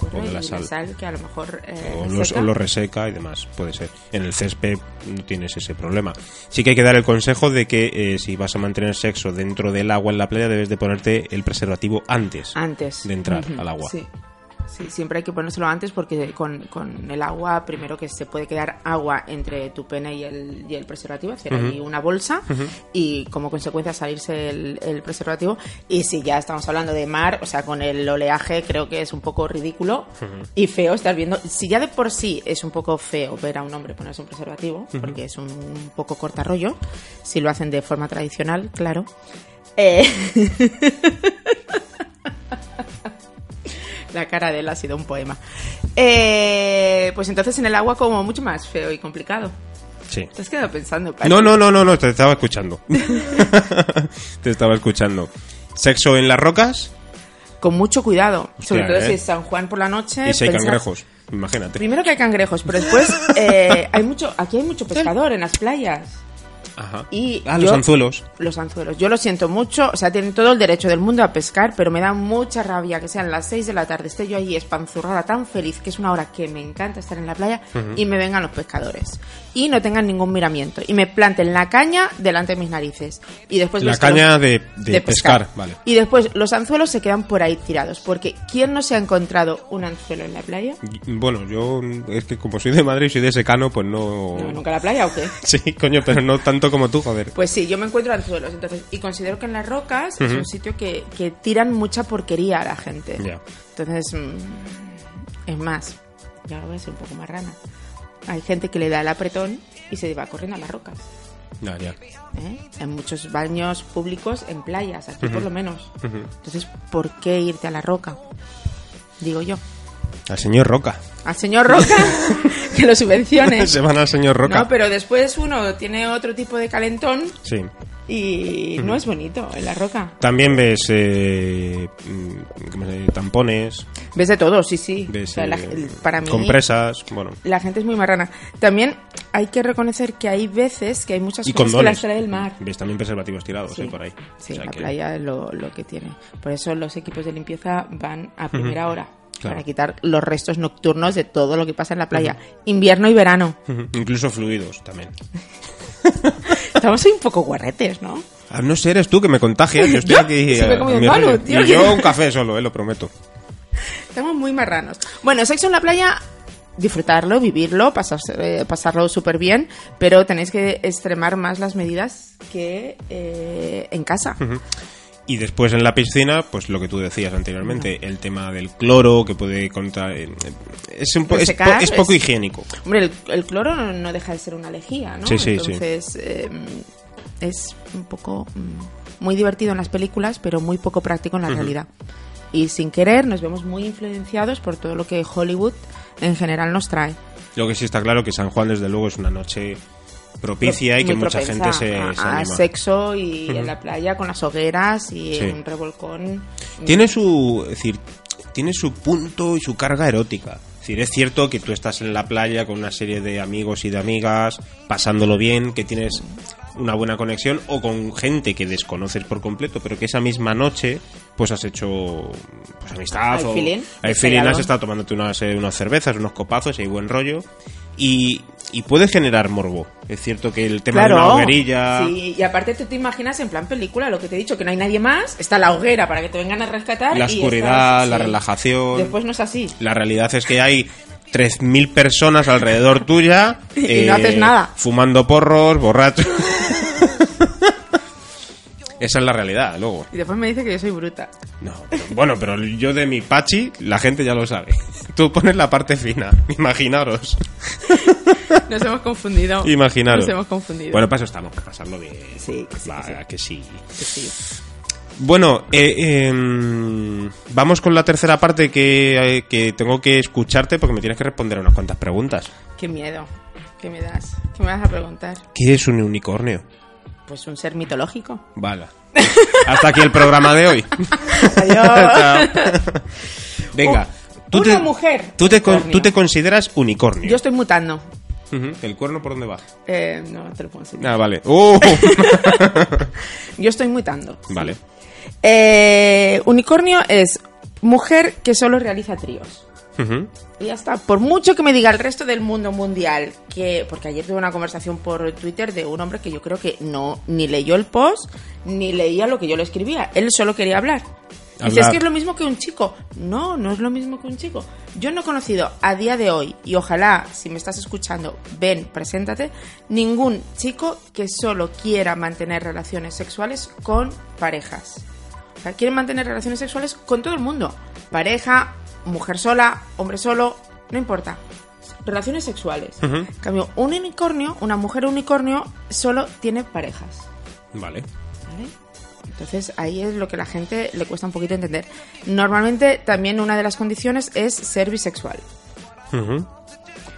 Corre,
O de
Ah, y
la sal.
que a lo mejor... eh,
O los-
seca.
o lo reseca y demás, puede ser. En el césped no tienes ese problema. Sí que hay que dar el consejo de que eh, si vas a mantener sexo dentro del agua en la playa, debes de ponerte el preservativo antes,
Antes.
de entrar
Ujú,
al agua.
Sí. Sí, siempre hay que ponérselo antes porque con, con el agua, primero que se puede quedar agua entre tu pene y el, y el preservativo, hacer ahí una bolsa y como consecuencia salirse el, el preservativo. Y si ya estamos hablando de mar, o sea, con el oleaje creo que es un poco ridículo y feo estar viendo. Si ya de por sí es un poco feo ver a un hombre ponerse un preservativo, porque es un, poco cortarrollo, si lo hacen de forma tradicional, claro. Eh, La cara de él ha sido un poema. Eh, pues entonces en el agua como mucho más feo y complicado.
Sí.
Te has quedado pensando. Pati?
No, no, no, no, no, te estaba escuchando. te estaba escuchando. ¿Sexo en las rocas?
Con mucho cuidado. Sobre
Hostia,
todo
eh.
si es San Juan por la noche.
Y si hay
Eh, pensar-
cangrejos, imagínate.
Primero que hay cangrejos, pero después eh, hay mucho, aquí hay mucho pescador en las playas.
Ajá.
Y
Ah, los
yo-
anzuelos.
Los anzuelos. Yo lo siento mucho, o sea, tienen todo el derecho del mundo a pescar, pero me da mucha rabia que sean las 6 de la tarde, esté yo ahí espanzurrada tan feliz, que es una hora que me encanta estar en la playa, y me vengan los pescadores. Y no tengan ningún miramiento. Y me planten la caña delante de mis narices. Y después
La
ves que pues los-
caña de- de pescar, vale.
Y después los anzuelos se quedan por ahí tirados, porque ¿quién no se ha encontrado un anzuelo en la playa?
Y- Bueno, yo es que como soy de Madrid y soy de secano, pues no...
No, ¿Nunca a la playa o qué?
Sí, coño, pero no tanto como tú, joder.
Pues sí, yo me encuentro anzuelos, entonces, y considero que en las rocas es un sitio que, que tiran mucha porquería a la gente.
Ya.
Entonces, mm, es más, ya lo voy a ser un poco más rana. Hay gente que le da el apretón y se va corriendo a las rocas.
Ya, ya.
¿eh? En muchos baños públicos, en playas, aquí por lo menos. Entonces, ¿por qué irte a la roca? Digo yo.
Al señor Roca.
Al señor Roca, que lo subvencione.
Se van al señor Roca.
No, pero después uno tiene otro tipo de calentón
Sí.
y no es bonito en la roca.
También ves eh, mm, ¿cómo se dice? tampones,
Ves de todo, sí, sí.
ves
O sea, la-
eh,
el- para mí,
compresas, bueno,
la gente es muy marrana. También hay que reconocer que hay veces que hay muchas
y
cosas que
condones.
las trae el mar.
Ves también preservativos tirados
Sí.
eh, por ahí.
Sí,
O sea
la
que-
playa es lo, lo que tiene. Por eso los equipos de limpieza van a primera hora.
Claro.
Para quitar los restos nocturnos de todo lo que pasa en la playa. Invierno y verano.
Ujú. Incluso fluidos también.
Estamos ahí un poco guarretes, ¿no?
A no ser eres tú que me contagias, yo estoy
Yo,
aquí.
si me he
eh,
comido
mi
un palo,
rollo.
tío.
Y yo un café solo, eh, lo prometo.
Estamos muy marranos. Bueno, sexo en la playa, disfrutarlo, vivirlo, pasarse- eh, pasarlo súper bien, pero tenéis que extremar más las medidas que eh, en casa.
Y después en la piscina, pues lo que tú decías anteriormente, el tema del cloro que puede contra eh, es, un po- es, po-
Resecar,
es poco
Pues es-
higiénico.
Hombre, el, el cloro no, no deja de ser una lejía, ¿no?
Sí, sí, sí.
Entonces, eh, es un poco mm, muy divertido en las películas, pero muy poco práctico en la realidad. Y sin querer nos vemos muy influenciados por todo lo que Hollywood en general nos trae.
Lo que sí está claro que San Juan desde luego es una noche propicia y que
muy
mucha
propensa
gente se,
a,
se
a
anima.
sexo y en la playa con las hogueras y
Sí.
un revolcón.
Tiene su, es decir, tiene su punto y su carga erótica. Es decir, es cierto que tú estás en la playa con una serie de amigos y de amigas, pasándolo bien, que tienes una buena conexión o con gente que desconoces por completo, pero que esa misma noche pues has hecho pues amistad
Hay
o
feeling,
hay
hay
feeling,
algo.
has estado tomándote unas, eh, unas cervezas, unos copazos y hay buen rollo y, y puede generar morbo. Es cierto que el tema de una hoguerilla
Sí, y aparte tú te imaginas en plan película lo que te he dicho, que no hay nadie más, está la hoguera para que te vengan a rescatar.
La
y
oscuridad,
estás-
la
sí.
relajación.
Después no es así.
La realidad es que hay 3.000 personas alrededor tuya. eh,
Y no haces nada.
Fumando porros, borrachos. Esa es la realidad, luego.
Y después me dice que yo soy bruta.
No, pero- bueno, pero yo de mi pachi, la gente ya lo sabe. Tú pones la parte fina, imaginaros.
Nos hemos confundido.
Imaginaros.
Nos hemos confundido.
Bueno, para eso estamos, para pasarlo bien.
Sí, que sí,
Va,
que sí.
que sí.
Sí, sí.
Bueno, eh, em, vamos con la tercera parte que, eh, que tengo que escucharte porque me tienes que responder a unas cuantas preguntas.
Qué miedo. ¿Qué me das? ¿Qué me vas a preguntar?
¿Qué es un unicornio?
Pues un ser mitológico.
Vale. Hasta aquí el programa de hoy.
Adiós.
Chao. Venga.
Un-
tú
una
te-
mujer.
Tú te, con-
Unicornio.
tú te consideras unicornio.
Yo estoy mutando.
Ujú. ¿El cuerno por dónde va?
Eh, no, te lo puedo enseñar.
Ah, vale. ¡Oh!
Yo estoy mutando.
vale.
Eh, unicornio es mujer que solo realiza tríos.
Ujú.
Y ya está. Por mucho que me diga el resto del mundo mundial que. Porque ayer tuve una conversación por Twitter de un hombre que yo creo que no ni leyó el post ni leía lo que yo le escribía. Él solo quería hablar. Dice,
Hablar.
es que es lo mismo que un chico. No, no es lo mismo que un chico. Yo no he conocido a día de hoy, y ojalá, si me estás escuchando, ven, preséntate, ningún chico que solo quiera mantener relaciones sexuales con parejas. O sea, quieren mantener relaciones sexuales con todo el mundo. Pareja, mujer sola, hombre solo, no importa. Relaciones sexuales.
Ujú.
En cambio, un unicornio, una mujer unicornio, solo tiene parejas.
Vale.
¿vale? Entonces ahí es lo que a la gente le cuesta un poquito entender. Normalmente también una de las condiciones es ser bisexual.
Ujú.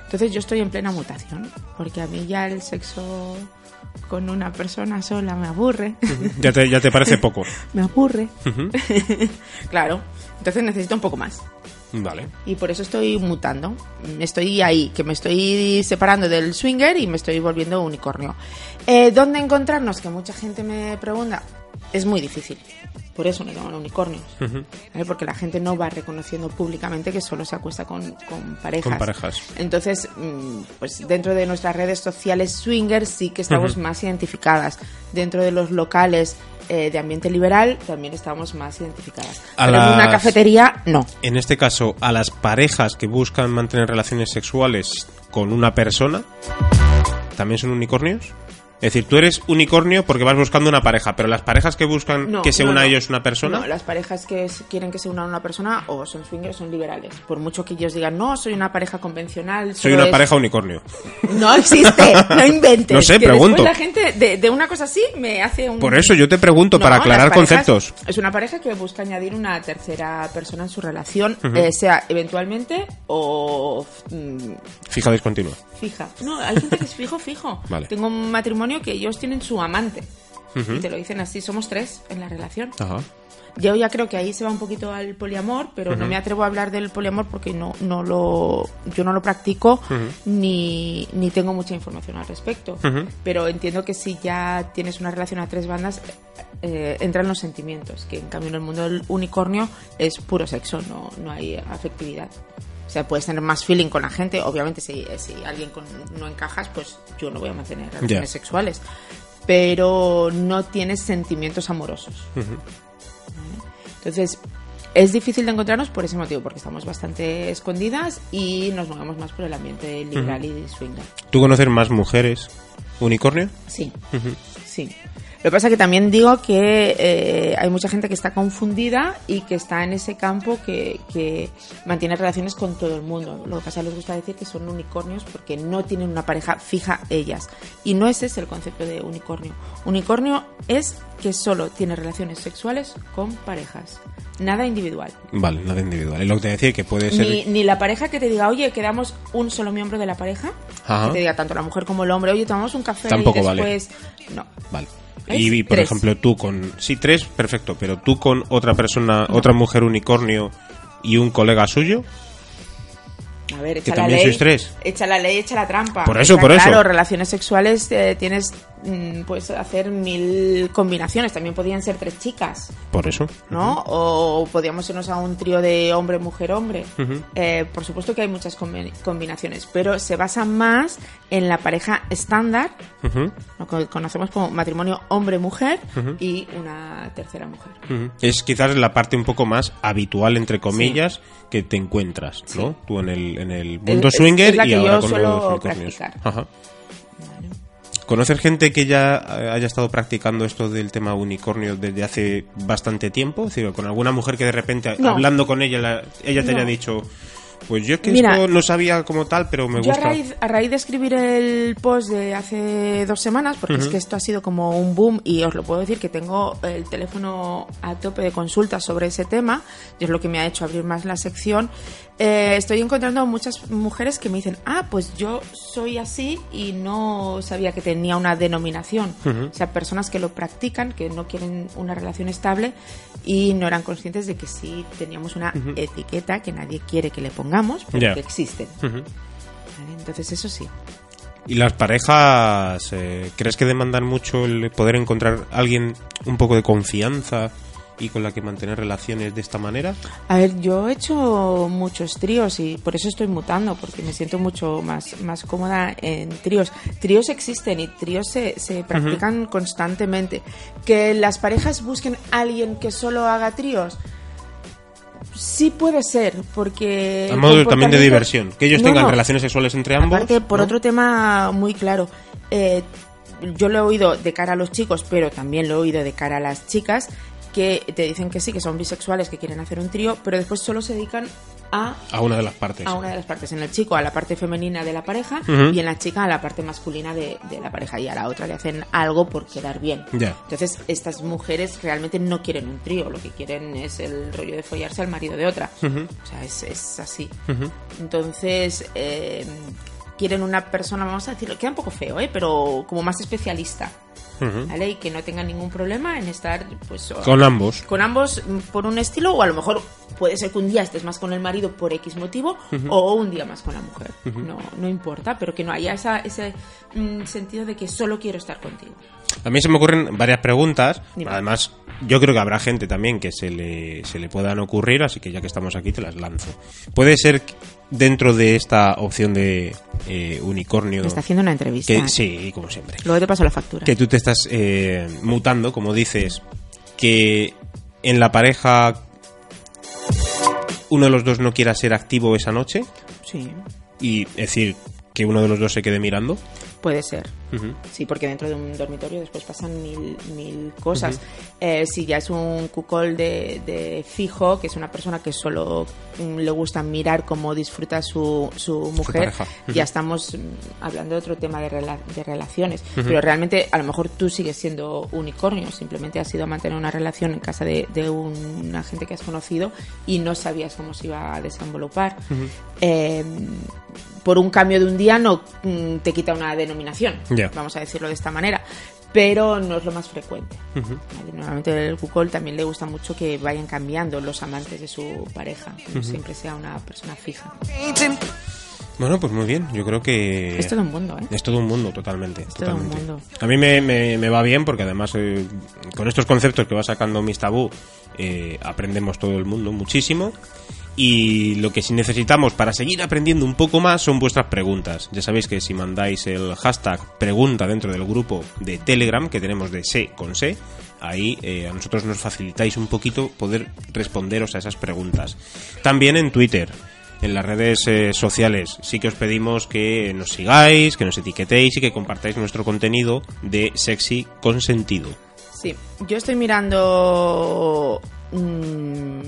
Entonces yo estoy en plena mutación, porque a mí ya el sexo con una persona sola me aburre,
ya, te, ya te parece poco.
me aburre.
Ujú.
Claro, entonces necesito un poco más.
Vale.
Y por eso estoy mutando. Estoy ahí, que me estoy separando del swinger y me estoy volviendo unicornio. Eh, ¿Dónde encontrarnos? Que mucha gente me pregunta. Es muy difícil. Por eso nos llaman unicornios.
Ujú.
¿vale? Porque la gente no va reconociendo públicamente que solo se acuesta con, con parejas.
Con parejas.
Entonces, mm, pues dentro de nuestras redes sociales swingers sí que estamos
Ujú.
más identificadas. Dentro de los locales eh, de ambiente liberal también estamos más identificadas.
A
Pero en una
las-
cafetería, no.
En este caso, a las parejas que buscan mantener relaciones sexuales con una persona, ¿también son unicornios? Es decir, tú eres unicornio porque vas buscando una pareja, pero las parejas que buscan
No,
que se
no,
una a
no.
ellos una persona,
No, las parejas que s- quieren que se una una persona o son swingers o son liberales. Por mucho que ellos digan, no, soy una pareja convencional.
soy
solo
una
es-
pareja unicornio.
No existe, no inventes.
No sé,
que después
pregunto.
la gente de, de una cosa así me hace un.
Por eso yo te pregunto,
Mm. No,
para
las
aclarar
parejas-
conceptos.
Es una pareja que busca añadir una tercera persona en su relación, eh, sea eventualmente o mm,
Fija discontinua.
fija. No, hay gente que es fijo, fijo.
Vale.
Tengo un matrimonio que ellos tienen su amante. Y te lo dicen así, somos tres en la relación.
Ajá.
Yo ya creo que ahí se va un poquito al poliamor, pero no me atrevo a hablar del poliamor porque no, no lo, yo no lo practico ni, ni tengo mucha información al respecto.
Ujú.
Pero entiendo que si ya tienes una relación a tres bandas, eh, entran los sentimientos, que en cambio en el mundo del unicornio es puro sexo, no, no hay afectividad. O sea, puedes tener más feeling con la gente. Obviamente, si, eh, si alguien con- no encajas, pues yo no voy a mantener relaciones sexuales. Pero no tienes sentimientos amorosos. Entonces, es difícil de encontrarnos por ese motivo, porque estamos bastante escondidas y nos movemos más por el ambiente liberal y swinger.
¿Tú conoces más mujeres unicornio?
Sí, sí. Lo que pasa que también digo que eh, hay mucha gente que está confundida y que está en ese campo que, que mantiene relaciones con todo el mundo. Lo que pasa es que les gusta decir que son unicornios porque no tienen una pareja fija ellas. Y no ese es el concepto de unicornio. Unicornio es que solo tiene relaciones sexuales con parejas. Nada individual.
Vale, nada individual. Es lo que te decía que puede ser.
Ni, ni la pareja que te diga, oye, quedamos un solo miembro de la pareja.
Ajá.
Que te diga tanto la mujer como el hombre, oye, tomamos un café
Tampoco
y
vale.
después. No.
Vale.
¿Ves?
Y, y, por
Tres.
ejemplo, tú con. Sí, tres, perfecto. Pero tú con otra persona, otra mujer unicornio y un colega suyo.
A ver, echa
Que
la
también
ley.
sois tres.
Echa la ley, echa la trampa.
Por eso,
Está
por eso.
Claro, relaciones sexuales eh, tienes. mm, puedes hacer mil combinaciones. También podían ser tres chicas,
Por eso.
¿no? O podíamos irnos a un trío de hombre, mujer, hombre.
Ujú.
Eh, por supuesto que hay muchas combi- combinaciones, pero se basa más en la pareja estándar,
Ujú,
lo que conocemos como matrimonio hombre-mujer y una tercera mujer.
ujú. Es quizás la parte un poco más habitual, entre comillas, que te encuentras, ¿no?
Sí.
Tú en el, en el mundo
es-
swinger
es la
y
que
ahora
yo
con
suelo
los unicornios.
practicar.
Ajá. ¿Conoces gente que ya eh, haya estado practicando esto del tema unicornio desde hace bastante tiempo? Es decir, con alguna mujer que de repente,
No.
hablando con ella, la- ella te
No.
haya dicho, pues yo es que
Mira.
esto no sabía como tal, pero me
Yo a
gusta.
raíz, a raíz de escribir el post de hace dos semanas, porque es que esto ha sido como un boom y os lo puedo decir que tengo el teléfono a tope de consultas sobre ese tema, y es lo que me ha hecho abrir más la sección, eh, estoy encontrando a muchas mujeres que me dicen, ah, pues yo soy así y no sabía que tenía una denominación. O sea, personas que lo practican, que no quieren una relación estable y no eran conscientes de que sí teníamos una etiqueta que nadie quiere que le pongamos, pero
Ya.
que existen.
Ujú.
Vale, Entonces, eso sí.
¿Y las parejas, eh, crees que demandan mucho el poder encontrar alguien un poco de confianza y con la que mantener relaciones de esta manera?
A ver, yo he hecho muchos tríos y por eso estoy mutando, porque me siento mucho más, más cómoda en tríos. Tríos existen y tríos se, se practican constantemente. Que las parejas busquen a alguien que solo haga tríos. Sí puede ser, porque...
A
el
modo también de
Eh, comportamiento-
diversión, que ellos
No,
tengan
no.
relaciones sexuales entre ambos.
Aparte, por
¿no?
otro tema muy claro, eh, yo lo he oído de cara a los chicos, pero también lo he oído de cara a las chicas, que te dicen que sí, que son bisexuales, que quieren hacer un trío, pero después solo se dedican a,
A una de las partes.
a una de las partes. En el chico, a la parte femenina de la pareja,
Ujú.
y en la chica, a la parte masculina de, de la pareja. Y a la otra le hacen algo por quedar bien.
Ya.
Entonces, estas mujeres realmente no quieren un trío, lo que quieren es el rollo de follarse al marido de otra. O sea, es, es así.
Ujú.
Entonces, eh, quieren una persona, vamos a decirlo, queda un poco feo, ¿eh? pero como más especialista.
Ujú.
¿vale? Y que no tengan ningún problema en estar, pues... o-
Con ambos.
con ambos mm, por un estilo, o a lo mejor puede ser que un día estés más con el marido por X motivo, o un día más con la mujer. No, no importa, pero que no haya esa- ese mm, sentido de que solo quiero estar contigo.
A mí se me ocurren varias preguntas.
Dime.
Además, yo creo que habrá gente también que se le, se le puedan ocurrir, así que ya que estamos aquí te las lanzo. Puede ser que dentro de esta opción de eh, unicornio...
Me está haciendo una entrevista.
que, sí, como siempre.
Luego te paso la factura.
Que tú te estás eh, mutando, como dices, que en la pareja uno de los dos no quiera ser activo esa noche
Sí,
y es decir que uno de los dos se quede mirando.
puede ser.
Ujú.
Sí, porque dentro de un dormitorio después pasan mil, mil cosas. Eh, si ya es un cucol de, de fijo, que es una persona que solo mm, le gusta mirar cómo disfruta su, su mujer,
pareja.
ya estamos mm, hablando de otro tema de, rela- de relaciones. Pero realmente, a lo mejor tú sigues siendo unicornio, simplemente has ido a mantener una relación en casa de, de una gente que has conocido y no sabías cómo se iba a desenvolupar. Eh, por un cambio de un día no mm, te quita una denominación,
Ya.
vamos a decirlo de esta manera, pero no es lo más frecuente. ¿vale? Normalmente el cucol también le gusta mucho que vayan cambiando los amantes de su pareja, que no siempre sea una persona fija.
Bueno, pues muy bien. Yo creo que
Es todo un mundo, ¿eh?
Es todo un mundo, totalmente.
todo un
totalmente.
mundo.
A mí me, me- me va bien porque además eh, con estos conceptos que va sacando Mis Tabú eh, aprendemos todo el mundo muchísimo. Y lo que sí necesitamos para seguir aprendiendo un poco más son vuestras preguntas. Ya sabéis que si mandáis el hashtag pregunta dentro del grupo de Telegram que tenemos de C con C, ahí eh, a nosotros nos facilitáis un poquito poder responderos a esas preguntas. También en Twitter en las redes eh, sociales. Sí que os pedimos que nos sigáis, que nos etiquetéis y que compartáis nuestro contenido de sexy con sentido.
Sí, yo estoy mirando mm,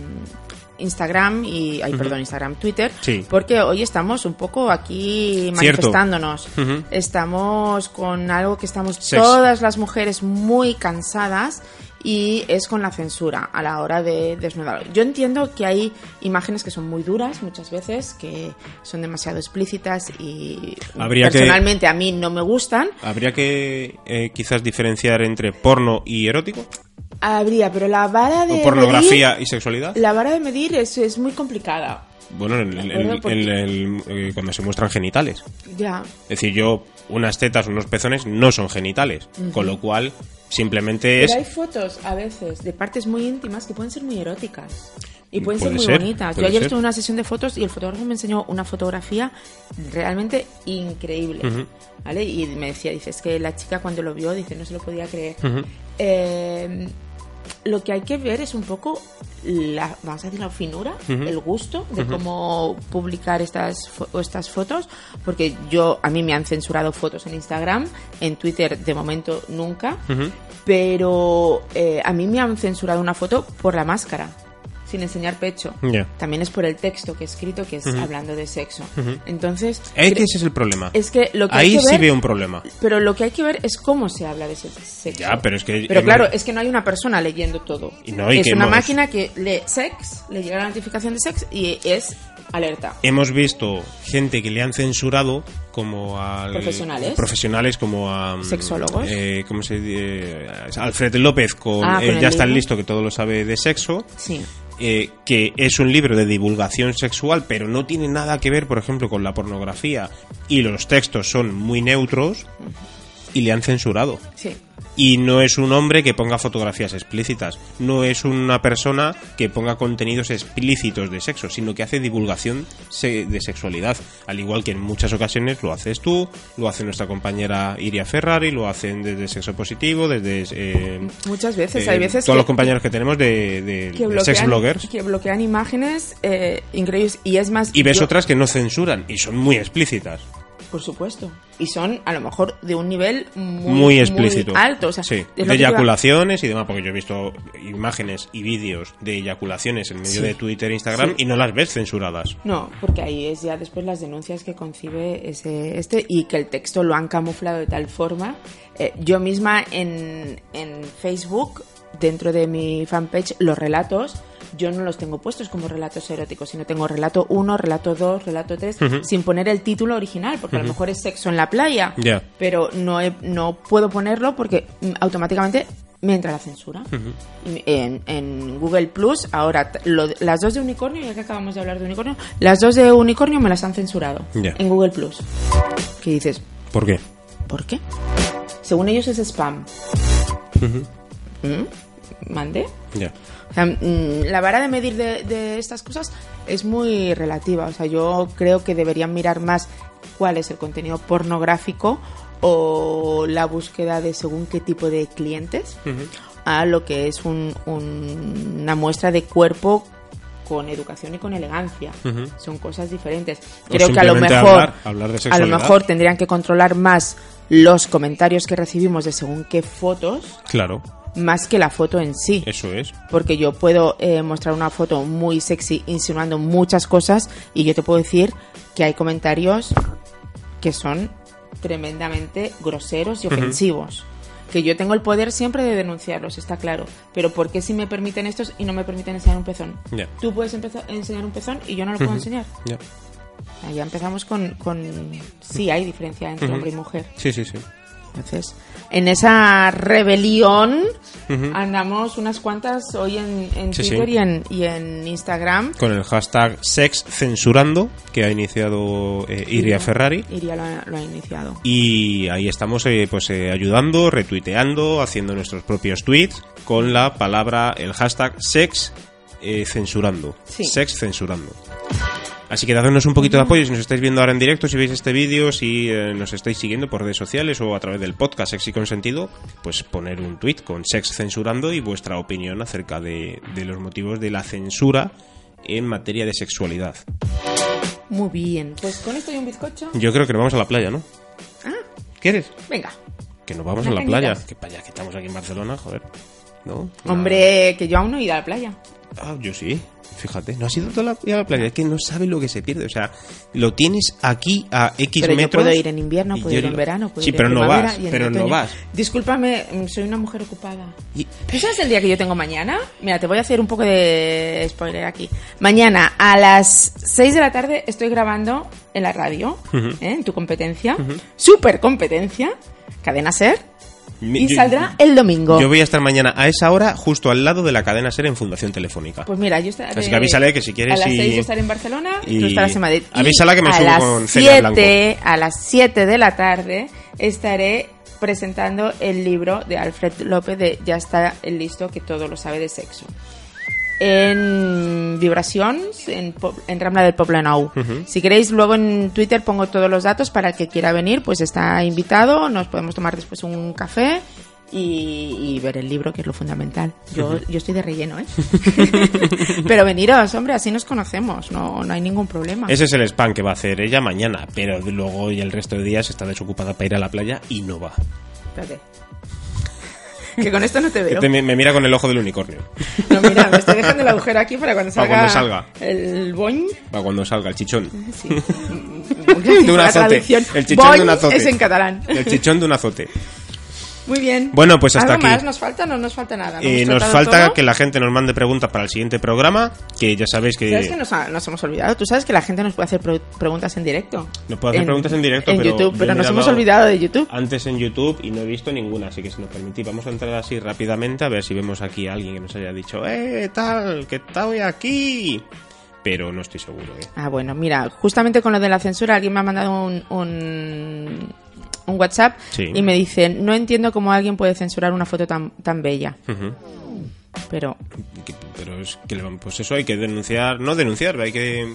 Instagram y, ay, perdón, Instagram, Twitter,
Sí.
porque hoy estamos un poco aquí
Cierto.
manifestándonos.
Ujú.
Estamos con algo que estamos
Sex.
todas las mujeres muy cansadas y es con la censura a la hora de desnudar. Yo entiendo que hay imágenes que son muy duras muchas veces, que son demasiado explícitas y
Habría que-
personalmente a mí no me gustan.
Habría que eh, quizás diferenciar entre porno y erótico,
Habría, pero la vara de
o
medir-
pornografía y sexualidad.
La vara de medir es, es muy complicada.
Bueno, en- en-
De acuerdo,
en-
porque-
en el- eh, cuando se muestran genitales.
Ya.
Es decir, yo, unas tetas, unos pezones no son genitales, con lo cual simplemente es...
Pero hay fotos a veces de partes muy íntimas que pueden ser muy eróticas. Y pueden
Puede
ser muy
ser,
bonitas. Yo
puede
ayer
ser.
estuve en una sesión de fotos y el fotógrafo me enseñó una fotografía realmente increíble.
Ujú.
¿Vale? Y me decía, dice, es que la chica cuando lo vio, dice, no se lo podía creer.
Ujú.
Eh, lo que hay que ver es un poco la, vamos a decir, la finura, el gusto de cómo publicar estas, fo- o estas fotos, porque yo, a mí me han censurado fotos en Instagram, en Twitter de momento nunca,
Ujú.
pero eh, a mí me han censurado una foto por la máscara, sin enseñar pecho.
Ya.
También es por el texto que he escrito, que es hablando de sexo. Entonces,
Es
cre-
que ese Este es el problema.
es que lo que
Ahí
hay que
sí
ver-
veo un problema.
pero lo que hay que ver es cómo se habla de ese sexo.
Ya, pero es que-
Pero
hemos-
claro, es que no hay una persona leyendo todo.
Y no, y
es
que
una
hemos-
máquina que lee sex, le llega la notificación de sex y es alerta.
hemos visto gente que le han censurado como a
Profesionales.
profesionales como a mm,
Sexólogos.
eh, ¿cómo se dice? Alfred López con,
Ah, con
eh,
el
ya está
libro.
listo que todo lo sabe de sexo
Sí.
eh, que es un libro de divulgación sexual pero no tiene nada que ver por ejemplo con la pornografía y los textos son muy neutros y le han censurado
Sí.
y no es un hombre que ponga fotografías explícitas, no es una persona que ponga contenidos explícitos de sexo, sino que hace divulgación se- de sexualidad, al igual que en muchas ocasiones lo haces tú, lo hace nuestra compañera Iria Ferrari, lo hacen desde Sexo Positivo, desde... eh,
Muchas veces,
eh,
hay veces
todos
que-
los compañeros que tenemos de, de-
Que
de
bloquean,
sex bloggers
que bloquean imágenes eh, increíbles y es más
y ves
yo-
otras que no censuran y son muy explícitas
por supuesto y son a lo mejor de un nivel muy,
muy, explícito
muy alto o sea,
Sí,
es lo
de
que te iba-
eyaculaciones y demás porque yo he visto imágenes y vídeos de eyaculaciones en medio
Sí.
de Twitter e Instagram
Sí.
y no las ves censuradas
No, porque ahí es ya después las denuncias que concibe ese este y que el texto lo han camuflado de tal forma. Eh, yo misma en, en Facebook, dentro de mi fanpage, los relatos yo no los tengo puestos como relatos eróticos, sino tengo relato 1, relato 2, relato 3, sin poner el título original, porque a lo mejor es sexo en la playa,
Ya.
pero no, he- no puedo ponerlo porque mm, automáticamente me entra la censura. Y en, en Google Plus, ahora t- lo de- las dos de unicornio, ya que acabamos de hablar de unicornio, las dos de unicornio me las han censurado
Ya.
en Google Plus. Que dices,
¿Por qué?
¿Por qué? Según ellos es spam. ¿Mm? ¿Mandé?
Ya.
O sea, mm, la vara de medir de, de estas cosas es muy relativa. O sea, yo creo que deberían mirar más cuál es el contenido pornográfico o la búsqueda de según qué tipo de clientes a lo que es un- un- una muestra de cuerpo con educación y con elegancia.
Ujú.
Son cosas diferentes.
O
Creo que a lo
simplemente
mejor
hablar- hablar de
a lo
sexualidad.
mejor tendrían que controlar más los comentarios que recibimos de según qué fotos
Claro,
más que la foto en sí
eso es.
porque yo puedo eh, mostrar una foto muy sexy insinuando muchas cosas y yo te puedo decir que hay comentarios que son tremendamente groseros y ofensivos. Que yo tengo el poder siempre de denunciarlos, está claro. Pero ¿por qué si me permiten estos y no me permiten enseñar un pezón?
Ya.
Tú puedes empeza- enseñar un pezón y yo no lo puedo enseñar.
Ya.
Ah, Ya empezamos con, con... Sí, hay diferencia entre hombre y mujer.
Sí, sí, sí.
Entonces, en esa rebelión Ah. andamos unas cuantas hoy en, en
Sí,
Twitter
sí.
Y, en, y en Instagram.
Con el hashtag sexcensurando que ha iniciado eh, Iria Ferrari.
Iria lo ha, lo ha iniciado.
Y ahí estamos eh, pues eh, ayudando, retuiteando, haciendo nuestros propios tweets con la palabra, el hashtag sex eh, censurando.
Sí.
Sex censurando. Así que dadnos un poquito de apoyo si nos estáis viendo ahora en directo, si veis este vídeo, si eh, nos estáis siguiendo por redes sociales o a través del podcast Sexy con Sentido, pues poner un tweet con sex censurando y vuestra opinión acerca de, de los motivos de la censura en materia de sexualidad.
Muy bien. Pues con esto y un bizcocho. Ah,
Yo creo que nos vamos a la playa, ¿no? ¿Quieres?
Venga.
Que nos vamos
Unas
a la
cañitas.
playa. Que para allá que estamos aquí en Barcelona, joder. ¿No?
Hombre, que yo aún no he ido a la playa.
Ah, yo sí. Fíjate, no has ido toda la, a la playa. Es que no sabes lo que se pierde. O sea, lo tienes aquí a X
Pero yo
metros.
puedo ir en invierno,
y
puedo
yo
ir en
lo-
verano, puedo
sí,
ir
pero
en
no
primavera
vas.
y en
Pero no
otoño.
vas.
Discúlpame, mm, soy una mujer ocupada.
Y-
¿Tú sabes el día que yo tengo mañana? Mira, te voy a hacer un poco de spoiler aquí. Mañana a las 6 de la tarde estoy grabando en la radio, ¿eh? en tu competencia, super competencia, cadena ser,
Mi-
y
yo-
saldrá el domingo.
Yo voy a estar mañana a esa hora justo al lado de la cadena SER en Fundación Telefónica.
Pues mira, yo estaré.
Así que avísale que si quieres
A las
y-
6 yo estaré en Barcelona y,
y
tú estarás en Madrid. Y
avísala que me
a
subo
las
con Celia Blanco.
7, A las 7 de la tarde estaré presentando el libro de Alfred López de Ya está el listo que todo lo sabe de sexo. En Vibraciones, en, Po- en Rambla del Pueblo Nou. Si queréis, luego en Twitter pongo todos los datos para el que quiera venir, pues está invitado, nos podemos tomar después un café y, y ver el libro, que es lo fundamental. Yo, yo estoy de relleno, ¿eh? Pero veniros, hombre, así nos conocemos, no, no hay ningún problema.
Ese es el spam que va a hacer ella mañana, pero luego y el resto de días está desocupada para ir a la playa y no va.
Espérate. Que con esto no te
Que
veo.
te- Este me- me mira con el ojo del unicornio.
No, mira, me estoy dejando el agujero aquí para cuando
Para
salga,
cuando salga.
el boing.
Para cuando salga el chichón.
Sí.
De un
La
azote.
traducción
El chichón de
boing
un azote.
Es en catalán.
El chichón de un azote.
Muy bien.
Bueno, pues hasta
¿Algo
aquí.
más nos falta? No nos falta nada. ¿No
Eh,
hemos
nos
tratado
falta
todo?
que la gente nos mande preguntas para el siguiente programa, que ya sabéis que...
¿Sabes que nos, ha- nos hemos olvidado? Tú sabes que la gente nos puede hacer pre- preguntas en directo.
Nos puede hacer preguntas en directo,
en
pero
YouTube,
yo
pero
he
nos hemos
mirado-
olvidado de YouTube.
Antes en YouTube y no he visto ninguna, así que si nos permitís, vamos a entrar así rápidamente a ver si vemos aquí a alguien que nos haya dicho, ¡eh, tal, que estoy aquí! Pero no estoy seguro, ¿eh?
Ah, bueno, mira, justamente con lo de la censura, alguien me ha mandado un, un, un WhatsApp
Sí.
y me dice, no entiendo cómo alguien puede censurar una foto tan, tan bella.
Ujú.
Pero
Que- Pero es que, le van- pues eso, hay que denunciar, no denunciar, hay que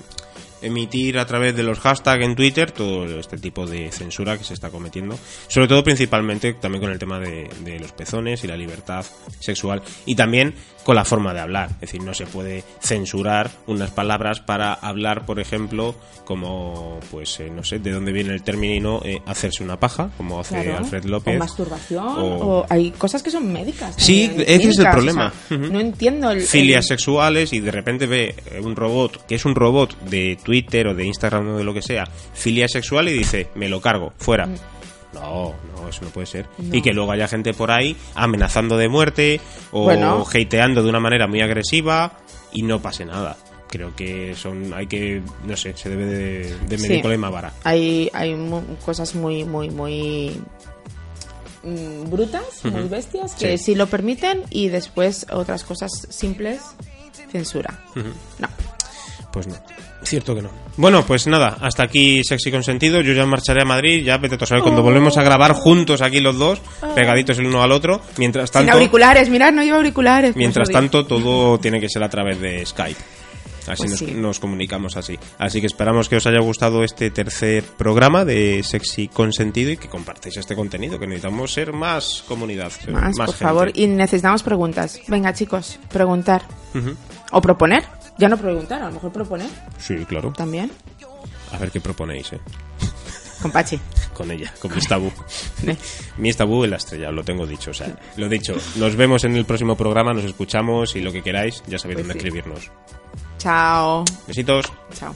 emitir a través de los hashtags en Twitter todo este tipo de censura que se está cometiendo. Sobre todo, principalmente, también con el tema de, de los pezones y la libertad sexual. Y también con la forma de hablar. Es decir, no se puede censurar unas palabras para hablar, por ejemplo, como, pues, eh, no sé, de dónde viene el término eh, hacerse una paja, como hace
claro,
Alfred López.
O masturbación,
o-
o... hay cosas que son médicas.
Sí,
también,
ese es el
clínicas,
problema.
o sea,
Ujú.
No entiendo el...
filias
el-
sexuales y de repente ve eh, un robot que es un robot de Twitter o de Instagram o de lo que sea, filia sexual y dice, me lo cargo, fuera.
Mm.
No, no, eso no puede ser. Y que luego haya gente por ahí amenazando de muerte o
Bueno.
hateando de una manera muy agresiva y no pase nada. Creo que son, hay que, no sé, se debe de, de medir
Sí.
con la misma vara.
Hay, hay mu- cosas muy, muy, muy mm, brutas, muy
Ujú.
bestias,
Sí.
que sí. lo permiten y después otras cosas simples, censura.
Ujú.
No.
Pues no. Cierto que no. Bueno, pues nada, hasta aquí Sexy Consentido. Yo ya marcharé a Madrid, ya vete a saber
Oh.
cuando volvemos a grabar juntos aquí los dos, pegaditos el uno al otro. Mientras
Ah. Sin
tanto,
auriculares, mirad, no llevo auriculares. por
mientras
eso digo.
tanto todo tiene que ser a través de Skype. Así
Pues
nos,
sí.
nos comunicamos así. Así que esperamos que os haya gustado este tercer programa de Sexy Consentido y que compartáis este contenido, que necesitamos ser más comunidad. ser
Más, por
eh, gente.
favor. Y necesitamos preguntas. Venga, chicos, preguntar.
Ujú.
O proponer. Ya no preguntar, a lo mejor proponer
Sí, claro.
también.
A ver qué proponéis, eh.
Con Pachi.
Con ella, con Miss Tabú.
¿eh?
Miss Tabú en la estrella, lo tengo dicho. O sea, lo dicho, nos vemos en el próximo programa, nos escuchamos y lo que queráis, ya sabéis
Pues
dónde
sí.
escribirnos.
Chao.
Besitos.
Chao.